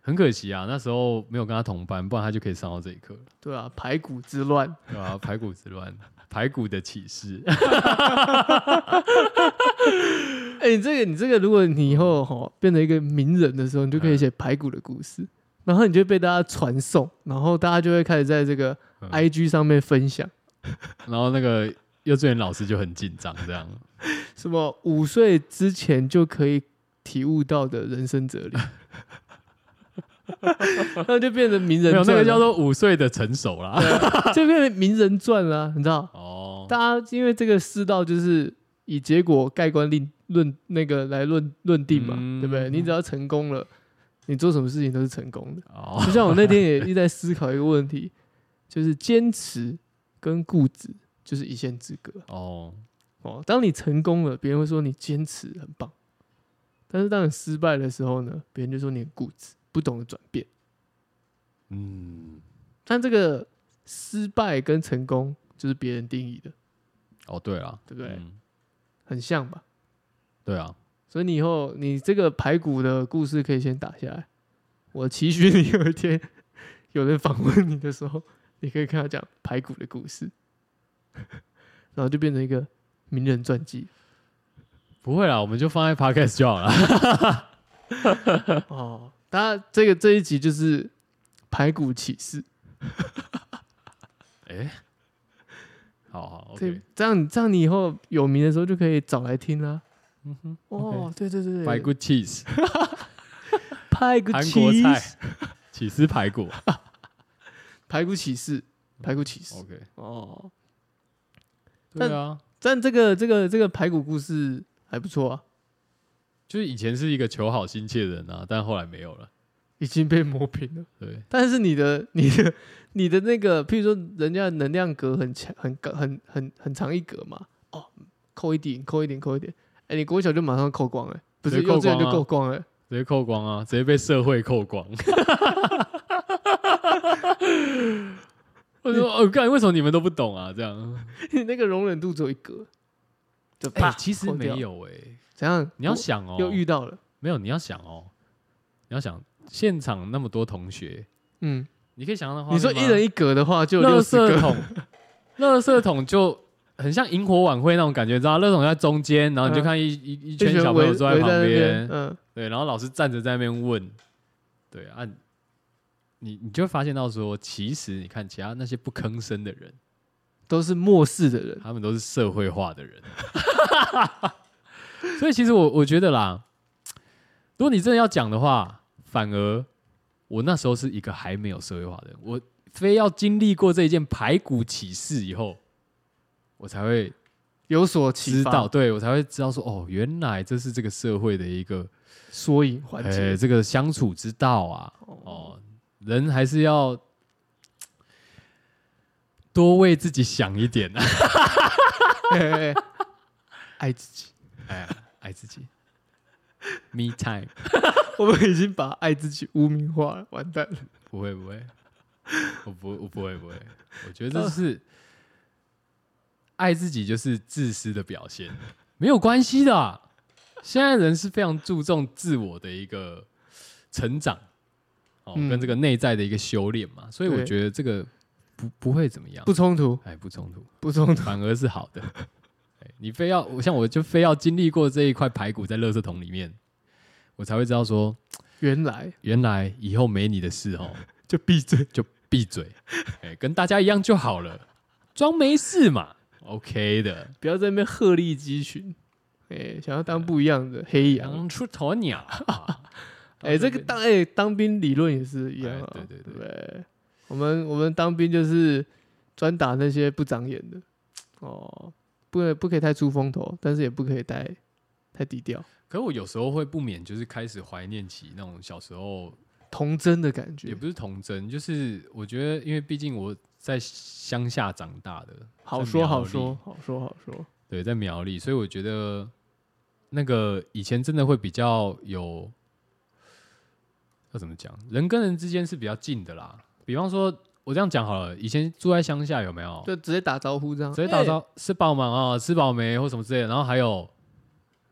[SPEAKER 1] 很可惜啊，那时候没有跟他同班，不然他就可以上到这一课了，
[SPEAKER 2] 对啊，排骨之乱，
[SPEAKER 1] 对吧、排骨之乱，排骨的启示，
[SPEAKER 2] 哎、你这个你这个，如果你以后哈变成一个名人的时候，你就
[SPEAKER 1] 嗯
[SPEAKER 2] 可以写排骨的故事，然后你就被大家传颂，然后大家就会开始在这个
[SPEAKER 1] 嗯
[SPEAKER 2] IG 上面分享，
[SPEAKER 1] 然后那个幼稚园老师就很紧张，这样。
[SPEAKER 2] 什么五岁之前就可以体悟到的人生哲理， 那就变成名
[SPEAKER 1] 没
[SPEAKER 2] 人
[SPEAKER 1] 有
[SPEAKER 2] 传了，
[SPEAKER 1] 那个叫做五岁的成熟啦。
[SPEAKER 2] 就变成名人传了、啊你知道？
[SPEAKER 1] 哦，
[SPEAKER 2] 啊大家因为这个世道就是以结果盖棺定论那个来论论定嘛，
[SPEAKER 1] 嗯
[SPEAKER 2] 对不对？你只要成功了，你做什么事情都是成功的。
[SPEAKER 1] 哦，
[SPEAKER 2] 就像我那天也一直在思考一个问题，就是坚持跟固执就是一线之隔
[SPEAKER 1] 哦，
[SPEAKER 2] 哦。当你成功了，别人会说你坚持很棒；但是当你失败的时候呢，别人就说你很固执，不懂得转变。
[SPEAKER 1] 嗯，
[SPEAKER 2] 但这个失败跟成功就是别人定义的，
[SPEAKER 1] 哦，对了，
[SPEAKER 2] 对不对
[SPEAKER 1] 嗯
[SPEAKER 2] 很像吧？
[SPEAKER 1] 对啊，
[SPEAKER 2] 所以你以后你这个排骨的故事可以先打下来。我期许你有一天有人访问你的时候，你可以跟他讲排骨的故事， 然后就变成一个名人传记
[SPEAKER 1] 不会啦，我们就放在 podcast 就好 了。
[SPEAKER 2] 哦。大家这个这一集就是排骨启示，
[SPEAKER 1] 哎，好好
[SPEAKER 2] 这
[SPEAKER 1] ，OK，
[SPEAKER 2] 这样这样你以后有名的时候就可以找来听啦。
[SPEAKER 1] 嗯哼，
[SPEAKER 2] 哦，对对对，
[SPEAKER 1] 排骨 cheese，
[SPEAKER 2] 排骨
[SPEAKER 1] 韩
[SPEAKER 2] 启
[SPEAKER 1] 国菜，起司排骨
[SPEAKER 2] 排骨启示，排骨启示
[SPEAKER 1] ，OK，
[SPEAKER 2] 哦。
[SPEAKER 1] 对啊，
[SPEAKER 2] 但这个这个这个排骨故事还不错啊。
[SPEAKER 1] 就是以前是一个求好心切的人啊，但后来没有了。
[SPEAKER 2] 已经被磨平了。
[SPEAKER 1] 对，
[SPEAKER 2] 但是你的、你的、你的那个，譬如说人家的能量格很强、很高、很很很长一格嘛，哦，扣一点、扣一点、扣一点，哎、你国小就马上扣光了、不是
[SPEAKER 1] 直接扣
[SPEAKER 2] 幼稚园
[SPEAKER 1] 光啊
[SPEAKER 2] 就扣光了、
[SPEAKER 1] 直接扣光啊，直接被社会扣光。 我说，
[SPEAKER 2] 嗯
[SPEAKER 1] 哦，干，为什么你们都不懂啊？这样，
[SPEAKER 2] 你那个容忍度只有一格，就
[SPEAKER 1] 哎、
[SPEAKER 2] 啪、
[SPEAKER 1] 其实
[SPEAKER 2] 扣
[SPEAKER 1] 没
[SPEAKER 2] 掉，
[SPEAKER 1] 有哎、
[SPEAKER 2] 怎样？
[SPEAKER 1] 你要
[SPEAKER 2] 我
[SPEAKER 1] 想哦，
[SPEAKER 2] 又遇到了，
[SPEAKER 1] 没有，你要想哦，你要想现场那么多同学，
[SPEAKER 2] 嗯，
[SPEAKER 1] 你可以想象的话，
[SPEAKER 2] 你说一人
[SPEAKER 1] 一
[SPEAKER 2] 一格的话，就
[SPEAKER 1] 哦
[SPEAKER 2] 有
[SPEAKER 1] 垃
[SPEAKER 2] 六十
[SPEAKER 1] 圾
[SPEAKER 2] 个，
[SPEAKER 1] 桶，垃圾桶就很像萤火晚会那种感觉，你知道吗？垃圾桶在中间，然后你就
[SPEAKER 2] 嗯
[SPEAKER 1] 看一一一
[SPEAKER 2] 就
[SPEAKER 1] 圈小朋友
[SPEAKER 2] 围
[SPEAKER 1] 坐在
[SPEAKER 2] 围
[SPEAKER 1] 旁
[SPEAKER 2] 那
[SPEAKER 1] 边
[SPEAKER 2] 边，，嗯，
[SPEAKER 1] 对，然后老师站着在那边问，对啊，你你就会发现到说，其实你看其他那些不吭声的人，
[SPEAKER 2] 都是漠视的人，
[SPEAKER 1] 他们都是社会化的人， 所以其实我我觉得啦，如果你真的要讲的话，反而我那时候是一个还没有社会化的人，我非要经历过这一件排骨起事以后，我才会
[SPEAKER 2] 有所
[SPEAKER 1] 知
[SPEAKER 2] 启
[SPEAKER 1] 道，
[SPEAKER 2] 发，
[SPEAKER 1] 对我才会知道说，哦，原来这是这个社会的一个
[SPEAKER 2] 缩影环
[SPEAKER 1] 哎、
[SPEAKER 2] 节，
[SPEAKER 1] 这个相处之道啊，哦，人还是要多为自己想一点啊，
[SPEAKER 2] 哎哎哎爱自己。
[SPEAKER 1] 哎呀， 爱自己，me time，
[SPEAKER 2] 我们已经把爱自己污名化了，完蛋了。
[SPEAKER 1] 不会不会，我不我不会不会，我觉得这是爱自己就是自私的表现，没有关系的啊、现在人是非常注重自我的一个成长，哦，
[SPEAKER 2] 嗯
[SPEAKER 1] 跟这个内在的一个修炼嘛，所以我
[SPEAKER 2] 对
[SPEAKER 1] 觉得这个不 不会怎么样
[SPEAKER 2] 不，冲突，
[SPEAKER 1] 哎，不冲突。
[SPEAKER 2] 不冲突。
[SPEAKER 1] 反而是好的。哎你非要我像我就非要经历过这一块排骨在垃圾桶里面，我才会知道说，
[SPEAKER 2] 原来
[SPEAKER 1] 原来以后没你的事哦，
[SPEAKER 2] 就闭嘴，
[SPEAKER 1] 就闭嘴，哎，跟大家一样就好了，装没事嘛，OK 的。
[SPEAKER 2] 不要在那边鹤立鸡群。哎、想要当不一样
[SPEAKER 1] 哎
[SPEAKER 2] 的黑羊。
[SPEAKER 1] 养出头鸟啊，
[SPEAKER 2] 哎、这个当哎、当兵理论也是一样啊。
[SPEAKER 1] 哎对对对
[SPEAKER 2] 不我们我们当兵就是专打那些不长眼的哦，不可以不可以太出风头，但是也不可以太太低调，
[SPEAKER 1] 可我有时候会不免就是开始怀念起那种小时候
[SPEAKER 2] 童真的感觉
[SPEAKER 1] 也，不是童真，就是我觉得，因为毕竟我在乡下长大的，
[SPEAKER 2] 好
[SPEAKER 1] 在
[SPEAKER 2] 说
[SPEAKER 1] 苗
[SPEAKER 2] 好
[SPEAKER 1] 栗
[SPEAKER 2] 说好说好说。
[SPEAKER 1] 对，在苗栗，所以我觉得那个以前真的会比较有，要怎么讲，人跟人之间是比较近的啦。比方说，我这样讲好了，以前住在乡下有没有？
[SPEAKER 2] 就直接打招呼这样，
[SPEAKER 1] 哦直接打
[SPEAKER 2] 哎
[SPEAKER 1] 招吃饱吗？啊，吃饱没或什么之类的。然后还有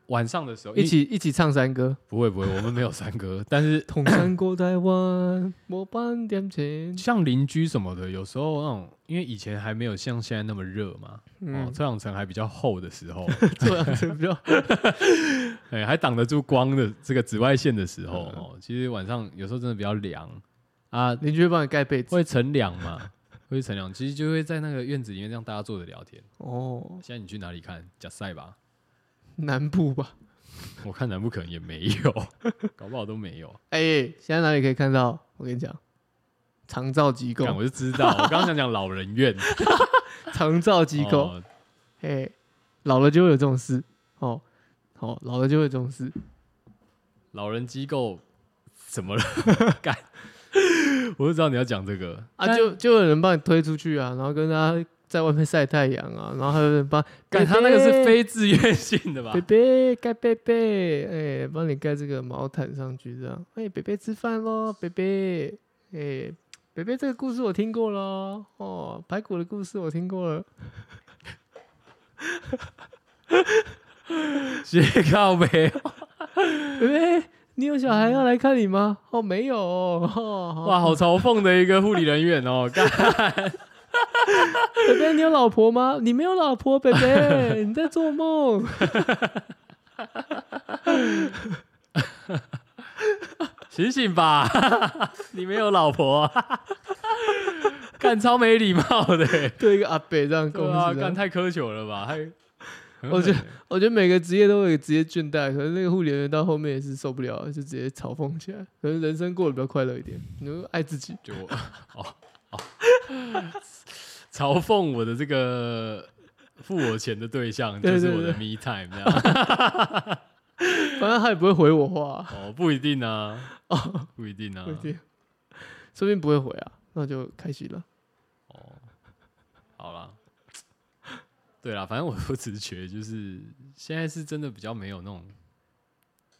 [SPEAKER 1] 晚上的时候
[SPEAKER 2] 一起一起唱山歌。
[SPEAKER 1] 不会不会，我们没有三哥，但是
[SPEAKER 2] 同山过台湾，无半点情。
[SPEAKER 1] 像邻居什么的，有时候那种因为以前还没有像现在那么热嘛，哦，
[SPEAKER 2] 嗯，
[SPEAKER 1] 臭氧层还比较厚的时 候，
[SPEAKER 2] 这样子 比较
[SPEAKER 1] 哎、还挡得住光的这个紫外线的时候
[SPEAKER 2] 嗯，
[SPEAKER 1] 哦，其实晚上有时候真的比较凉啊
[SPEAKER 2] 邻居会帮你盖被子。
[SPEAKER 1] 会乘凉 嘛，会乘凉，其实就会在那个院子里面让大家坐着聊天。
[SPEAKER 2] 哦，
[SPEAKER 1] 现在你去哪里看假赛吧？
[SPEAKER 2] 南部吧？
[SPEAKER 1] 我看南部可能也没 有，搞不好都没有。
[SPEAKER 2] 哎、现在哪里可以看到？我跟你讲，长照机
[SPEAKER 1] 干
[SPEAKER 2] 构，
[SPEAKER 1] 我就知 道，我刚刚想讲老人院
[SPEAKER 2] 长照机构，
[SPEAKER 1] 哦
[SPEAKER 2] 哎、老了就会有这种事。哦，哦，老了就会有这种事。
[SPEAKER 1] 老人机构怎么了？干我就知道你要讲这个
[SPEAKER 2] 啊，
[SPEAKER 1] 但
[SPEAKER 2] 就就有人帮你推出去啊，然后跟他在外面晒太阳啊，然后还有人帮
[SPEAKER 1] 干他那个是非自愿性的吧
[SPEAKER 2] 贝？贝盖贝贝，哎，帮你盖这个毛毯上去，这样，哎，贝贝吃饭喽，贝贝，哎，贝贝这个故事我听过喽，哦，排骨的故事我听过了，
[SPEAKER 1] 斜靠背，
[SPEAKER 2] 贝贝，你有小孩要来看你吗？哦，没有哦，哦
[SPEAKER 1] 哇，好嘲讽的一个护理人员哦，干
[SPEAKER 2] 北北，你有老婆吗？你没有老婆，北北， 你在做梦。
[SPEAKER 1] 醒醒吧， 你没有老婆、 啊，干超没礼貌的、
[SPEAKER 2] 对一个阿北这样攻
[SPEAKER 1] 对啊，
[SPEAKER 2] 击
[SPEAKER 1] 干
[SPEAKER 2] 他，
[SPEAKER 1] 太苛求了吧？还，
[SPEAKER 2] 我觉得我觉得每个职业都会有职业倦怠，可能那个护理人员到后面也是受不了，就直接嘲讽起来。可能人生过得比较快乐一点，你就爱自己。
[SPEAKER 1] 就我哦哦，嘲讽我的这个付我钱的对象
[SPEAKER 2] 对
[SPEAKER 1] 就
[SPEAKER 2] 对
[SPEAKER 1] 是我的 me time 这样，
[SPEAKER 2] 反正他也不会回我话、
[SPEAKER 1] 哦，不一定啊，
[SPEAKER 2] 哦，
[SPEAKER 1] 不一定啊
[SPEAKER 2] 不，一定，说不定不会回啊，那就开心了。
[SPEAKER 1] 哦，好啦，对啦，反正我我只是觉得就是现在是真的比较没有那种，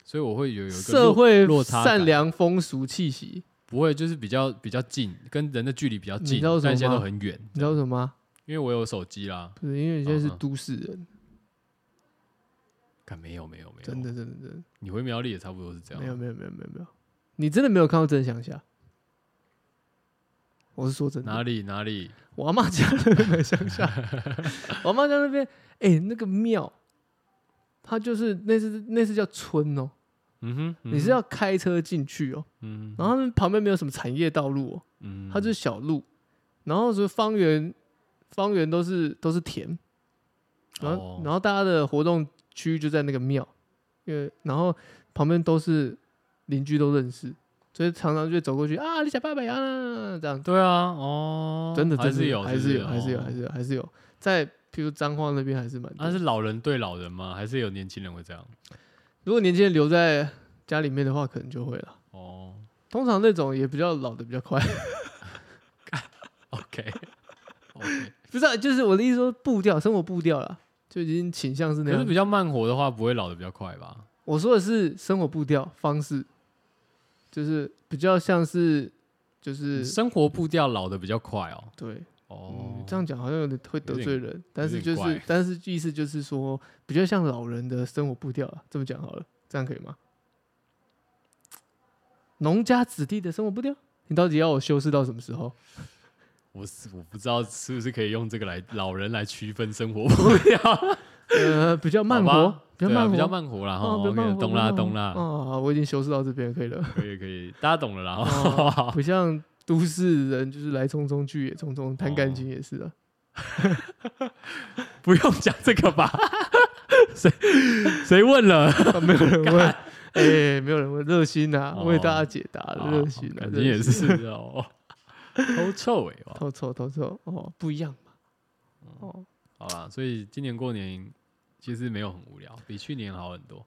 [SPEAKER 1] 所以我会有有一个
[SPEAKER 2] 社
[SPEAKER 1] 落
[SPEAKER 2] 会
[SPEAKER 1] 落差感
[SPEAKER 2] 善良风俗气息，
[SPEAKER 1] 不会就是比较比较近，跟人的距离比较
[SPEAKER 2] 你
[SPEAKER 1] 近
[SPEAKER 2] 知道为，什么
[SPEAKER 1] 但现在都
[SPEAKER 2] 吗
[SPEAKER 1] 很远，
[SPEAKER 2] 你知道为什么吗？
[SPEAKER 1] 因为我有手机啦，
[SPEAKER 2] 不是因为你现在是
[SPEAKER 1] 嗯嗯
[SPEAKER 2] 都市人，
[SPEAKER 1] 看没有没有没有，啊
[SPEAKER 2] 真的真的真
[SPEAKER 1] 你回苗栗也差不多是这
[SPEAKER 2] 的
[SPEAKER 1] 样，
[SPEAKER 2] 没有没有没有没有没有，你真的没有看过真乡下。我是说真的，
[SPEAKER 1] 哪里哪里
[SPEAKER 2] 我阿妈家那边很乡 下，我阿妈家那边，哎、那个庙，它就是那是那是叫村哦、
[SPEAKER 1] 嗯哼，
[SPEAKER 2] 你是
[SPEAKER 1] 嗯哼
[SPEAKER 2] 要开车进去哦、
[SPEAKER 1] 嗯
[SPEAKER 2] 然后它旁边没有什么产业道路哦、
[SPEAKER 1] 嗯，
[SPEAKER 2] 它就是小路，然后是方圆方圆都是都是田，然后、
[SPEAKER 1] 哦
[SPEAKER 2] 然后大家的活动区域就在那个庙，因为然后旁边都是邻居都认识，所以常常就会走过去啊，你小爸爸啊这样
[SPEAKER 1] 对啊，哦，
[SPEAKER 2] 真的
[SPEAKER 1] 还
[SPEAKER 2] 真的
[SPEAKER 1] 是有，
[SPEAKER 2] 还是有，还是有，
[SPEAKER 1] 哦啊
[SPEAKER 2] 还是有，还是有，在譬如彰化那边还是蛮多
[SPEAKER 1] 那、。是老人对老人吗？还是有年轻人会这样？
[SPEAKER 2] 如果年轻人留在家里面的话，可能就会了。
[SPEAKER 1] 哦
[SPEAKER 2] 通常那种也比较老的比较快，
[SPEAKER 1] ，OK，OK，、OK
[SPEAKER 2] 不是、啊，就是我的意思说步调，生活步调啦，就已经倾向是
[SPEAKER 1] 可
[SPEAKER 2] 那
[SPEAKER 1] 是
[SPEAKER 2] 样
[SPEAKER 1] 比。较慢活的话，不会老的比较快吧？
[SPEAKER 2] 我说的是生活步调方式，就是比较像是就是
[SPEAKER 1] 生活步调老的比较快哦。
[SPEAKER 2] 对，
[SPEAKER 1] 哦
[SPEAKER 2] 嗯，，这样讲好像有点会得罪人，但是就
[SPEAKER 1] 有点
[SPEAKER 2] 是
[SPEAKER 1] 怪
[SPEAKER 2] 但是意思就是说比较像老人的生活步调啊，这么讲好了，这样可以吗？农家子弟的生活步调，你到底要我修饰到什么时候？
[SPEAKER 1] 我是我不知道是不是可以用这个来老人来区分生活步调，
[SPEAKER 2] 呃，比较 慢
[SPEAKER 1] 好
[SPEAKER 2] 活
[SPEAKER 1] 吧，
[SPEAKER 2] 比较
[SPEAKER 1] 对啊
[SPEAKER 2] 慢活，
[SPEAKER 1] 比较慢活啦，哈、
[SPEAKER 2] 哦，比较
[SPEAKER 1] OK，
[SPEAKER 2] 慢活，
[SPEAKER 1] 懂啦懂啦，
[SPEAKER 2] 哦，好我已经修饰到这边可以了，
[SPEAKER 1] 可以可以，大家懂了啦，
[SPEAKER 2] 哦不像都市人就是来匆匆去也匆匆，谈感情也是啊。
[SPEAKER 1] 不用讲这个吧？ 谁谁问了？
[SPEAKER 2] 啊 没有 人问，哎、没有人问，热心啊，
[SPEAKER 1] 哦
[SPEAKER 2] 为大家解答，热心啊，
[SPEAKER 1] 感
[SPEAKER 2] 热
[SPEAKER 1] 觉也
[SPEAKER 2] 心
[SPEAKER 1] 是哦，头臭哎、哇
[SPEAKER 2] 偷抽偷抽哦，不一样嘛，
[SPEAKER 1] 嗯
[SPEAKER 2] 哦，
[SPEAKER 1] 好啦，所以今年过年其实没有很无聊，比去年好很多。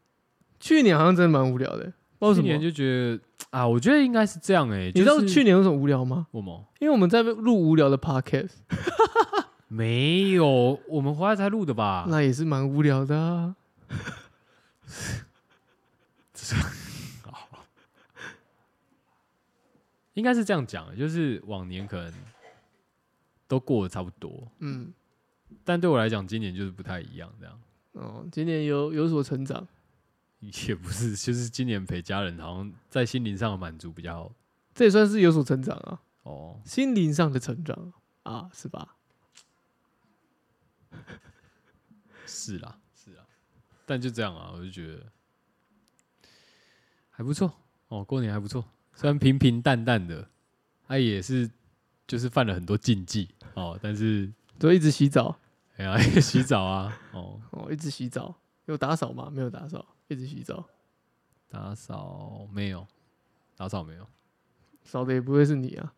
[SPEAKER 2] 去年好像真的蛮无聊的，不知道为什
[SPEAKER 1] 去年
[SPEAKER 2] 么。
[SPEAKER 1] 就觉得啊，我觉得应该是这样哎、
[SPEAKER 2] 你知道
[SPEAKER 1] 就是
[SPEAKER 2] 去年有什么无聊吗？
[SPEAKER 1] 我们
[SPEAKER 2] 因为我们在录无聊的 podcast，、
[SPEAKER 1] 没有，我们回来才录的吧？
[SPEAKER 2] 那也是蛮无聊的啊。
[SPEAKER 1] 应该是这样讲，就是往年可能都过得差不多，
[SPEAKER 2] 嗯，
[SPEAKER 1] 但对我来讲，今年就是不太一样，这样
[SPEAKER 2] 哦，今年有有所成长，
[SPEAKER 1] 也不是，就是今年陪家人，好像在心灵上的满足比较
[SPEAKER 2] 这也算是有所成长啊，
[SPEAKER 1] 哦。
[SPEAKER 2] 心灵上的成长啊，是吧？
[SPEAKER 1] 是啦，是啦，但就这样啊，我就觉得还不错哦，过年还不错，虽然平平淡淡的，啊也是就是犯了很多禁忌哦，但是
[SPEAKER 2] 就一直洗澡，
[SPEAKER 1] 哎呀 洗澡啊，哦
[SPEAKER 2] 哦，一直洗澡，有打扫吗？没有打扫，一直洗澡，
[SPEAKER 1] 打扫没有，打扫没有，
[SPEAKER 2] 扫的也不会是你啊。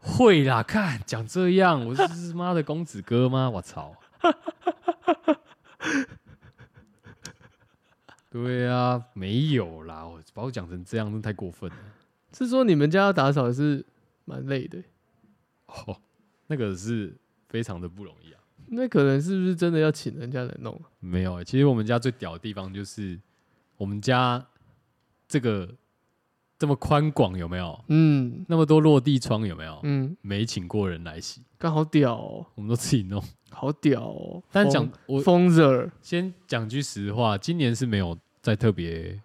[SPEAKER 1] 会啦，看讲这样，我是妈的公子哥吗？我操！对啊，没有啦，我把我讲成这样，真的太过分了。
[SPEAKER 2] 是说你们家要打扫也是蛮累的欸，
[SPEAKER 1] 哦，那个是非常的不容易啊。
[SPEAKER 2] 那可能是不是真的要请人家来弄啊？
[SPEAKER 1] 没有、欸，其实我们家最屌的地方就是我们家这个这么宽广，有没有？
[SPEAKER 2] 嗯
[SPEAKER 1] 那么多落地窗，有没有？
[SPEAKER 2] 嗯，
[SPEAKER 1] 没请过人来洗，
[SPEAKER 2] 刚好屌哦，
[SPEAKER 1] 我们都自己弄。
[SPEAKER 2] 好屌哦。
[SPEAKER 1] 但
[SPEAKER 2] 疯
[SPEAKER 1] 讲我
[SPEAKER 2] 疯子儿，
[SPEAKER 1] 先讲句实话，今年是没有在特别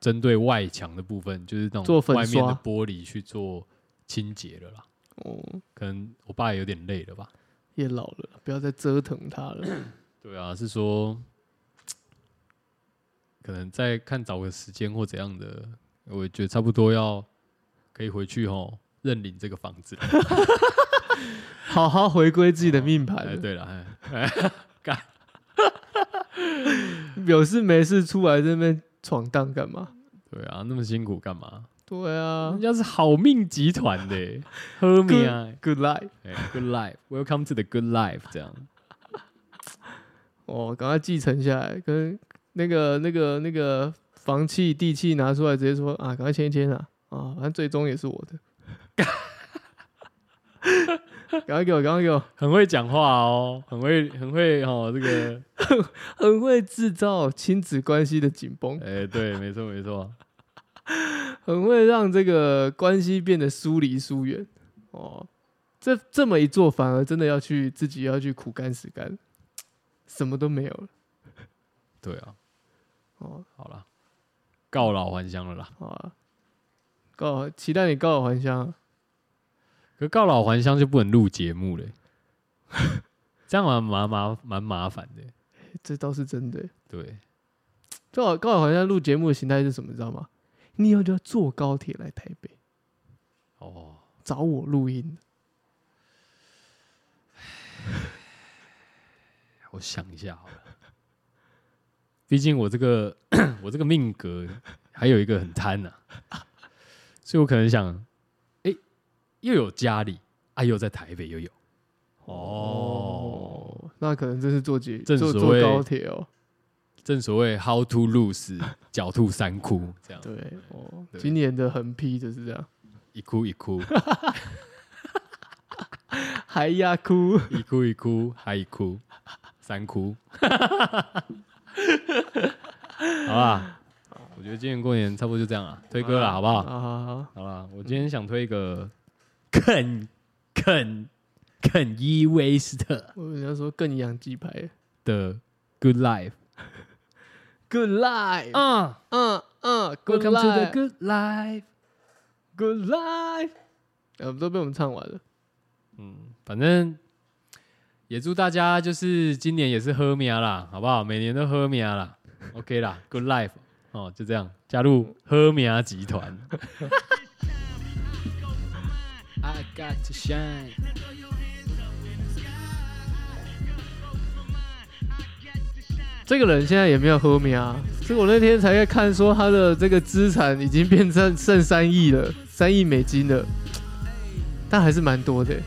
[SPEAKER 1] 针对外墙的部分，就是那
[SPEAKER 2] 做
[SPEAKER 1] 种
[SPEAKER 2] 粉
[SPEAKER 1] 外面的
[SPEAKER 2] 刷
[SPEAKER 1] 玻璃去做清洁了啦。
[SPEAKER 2] 哦，
[SPEAKER 1] 可能我爸也有点累了吧？
[SPEAKER 2] 也老了，不要再折腾他 了。
[SPEAKER 1] 对啊，是说可能再看找个时间或怎样的，我觉得差不多要可以回去吼认领这个房子了。
[SPEAKER 2] 好好回归自己的命盘
[SPEAKER 1] 哎，
[SPEAKER 2] 了，
[SPEAKER 1] 对了，哎
[SPEAKER 2] 有事没事出来这边闯荡干嘛？
[SPEAKER 1] 对啊，那么辛苦干嘛？
[SPEAKER 2] 对
[SPEAKER 1] 人
[SPEAKER 2] 啊
[SPEAKER 1] 家是好命集团的、 喝米啊
[SPEAKER 2] ，Good life
[SPEAKER 1] 哎，Good life，Welcome to the Good life，这样
[SPEAKER 2] 哦，赶快继承下来，跟那个那个那个房契地契拿出来，直接说啊，赶快签一签啊啊，反正最终也是我的。赶快给我，赶快给我，
[SPEAKER 1] 很会讲话哦，很会很会哦，这 个
[SPEAKER 2] 很会制造亲子关系的紧绷，
[SPEAKER 1] 哎、对，没错没错，
[SPEAKER 2] 很会让这个关系变得疏离疏远哦。这这么一做，反而真的要去自己要去苦干实干，什么都没有了
[SPEAKER 1] 对啊，
[SPEAKER 2] 哦。
[SPEAKER 1] 好了，告老还乡了啦。
[SPEAKER 2] 好啊，告期待你告我还乡啊、
[SPEAKER 1] 可告老还乡就不能录节目嘞、 这样蛮麻麻蛮麻烦的、
[SPEAKER 2] 这倒是真的欸。
[SPEAKER 1] 对，
[SPEAKER 2] 最好刚好好像录节目的形态是什么，你知道吗？你以后就要坐高铁来台北
[SPEAKER 1] 哦，
[SPEAKER 2] 找我录音，
[SPEAKER 1] 我想一下好了。毕竟我这个 我这个命格还有一个很贪呐、所以我可能想，哎、又有家里啊，又在台北又有，哦，
[SPEAKER 2] 那可能真是坐捷
[SPEAKER 1] 正
[SPEAKER 2] 坐
[SPEAKER 1] 所
[SPEAKER 2] 坐
[SPEAKER 1] 谓
[SPEAKER 2] 高铁哦，
[SPEAKER 1] 正所谓 how to lose，狡兔三窟，这样
[SPEAKER 2] 对哦，
[SPEAKER 1] 对
[SPEAKER 2] 今年的横批就是这样，
[SPEAKER 1] 一哭一哭，
[SPEAKER 2] 还呀哭，
[SPEAKER 1] 一哭一哭，还一哭，三哭，好吧。我觉得今年过年差不多就这样了，推歌了，好不好？
[SPEAKER 2] 啊好好好
[SPEAKER 1] 好啦，我今天想推一个肯肯肯伊威斯特
[SPEAKER 2] 我人家说更洋鸡排
[SPEAKER 1] 的《Good Life》
[SPEAKER 2] ，Good life，
[SPEAKER 1] 啊
[SPEAKER 2] 嗯嗯，Good
[SPEAKER 1] ，Welcome to the
[SPEAKER 2] life，Good
[SPEAKER 1] Good Life。
[SPEAKER 2] life，呃，都被我们唱完了，
[SPEAKER 1] 嗯，反正也祝大家就是今年也是喝米啦，好不好？每年都喝米啦，OK 啦，Good Life 哦，就这样加入喝米集团。I got to shine.
[SPEAKER 2] 这个人现在也没有喝米啊，所以我那天才在看说他的这个资产已经变成剩三亿了，三亿美金了，但还是蛮多的欸，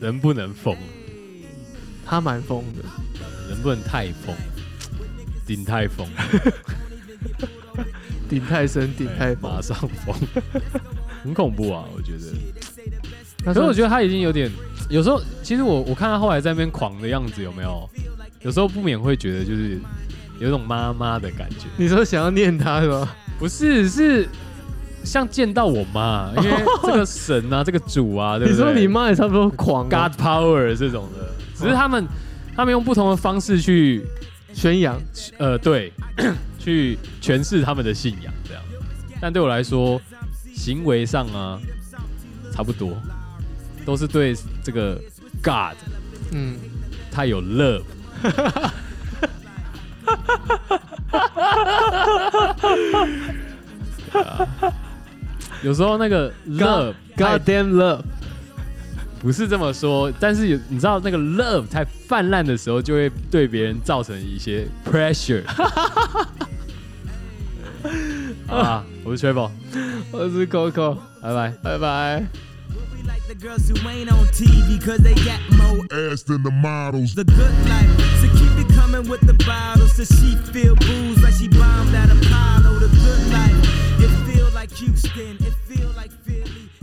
[SPEAKER 1] 人不能疯，
[SPEAKER 2] 他蛮疯的。
[SPEAKER 1] 人不能太疯，顶太疯，
[SPEAKER 2] 顶泰森，顶泰
[SPEAKER 1] 马
[SPEAKER 2] 马。
[SPEAKER 1] 上疯，很恐怖啊！我觉得，
[SPEAKER 2] 可
[SPEAKER 1] 可是我觉得他已经有点，有时候其实我我看他后来在那边狂的样子，有没有？有时候不免会觉得就是有一种妈妈的感觉。
[SPEAKER 2] 你说想要念他是吧？
[SPEAKER 1] 不是，是像见到我妈，因为这个神啊，这个主啊，对
[SPEAKER 2] 你
[SPEAKER 1] 不对？
[SPEAKER 2] 说你妈也差不多狂、啊，
[SPEAKER 1] God power 这种的，只是他们他们用不同的方式去
[SPEAKER 2] 宣扬
[SPEAKER 1] 呃，对，去诠释他们的信仰这样。但对我来说，行为上啊，差不多，都是对这个 God
[SPEAKER 2] 嗯，
[SPEAKER 1] 他有 love。有时候那个 love
[SPEAKER 2] God damn love，
[SPEAKER 1] 不是这么说，但是有你知道那个 love 太泛滥的时候，就会对别人造成一些 pressure。好啊，我是 Travel，
[SPEAKER 2] 我是 Coco，
[SPEAKER 1] 拜拜。
[SPEAKER 2] 拜拜。
[SPEAKER 3] We like the girls who ain't on TV cause they got more
[SPEAKER 4] ass than the models.
[SPEAKER 3] the good life. So keep it coming with the bottles. So she feel booze like she bombed at Apollo. The good life. It feel like like Houston, it feel like Philly.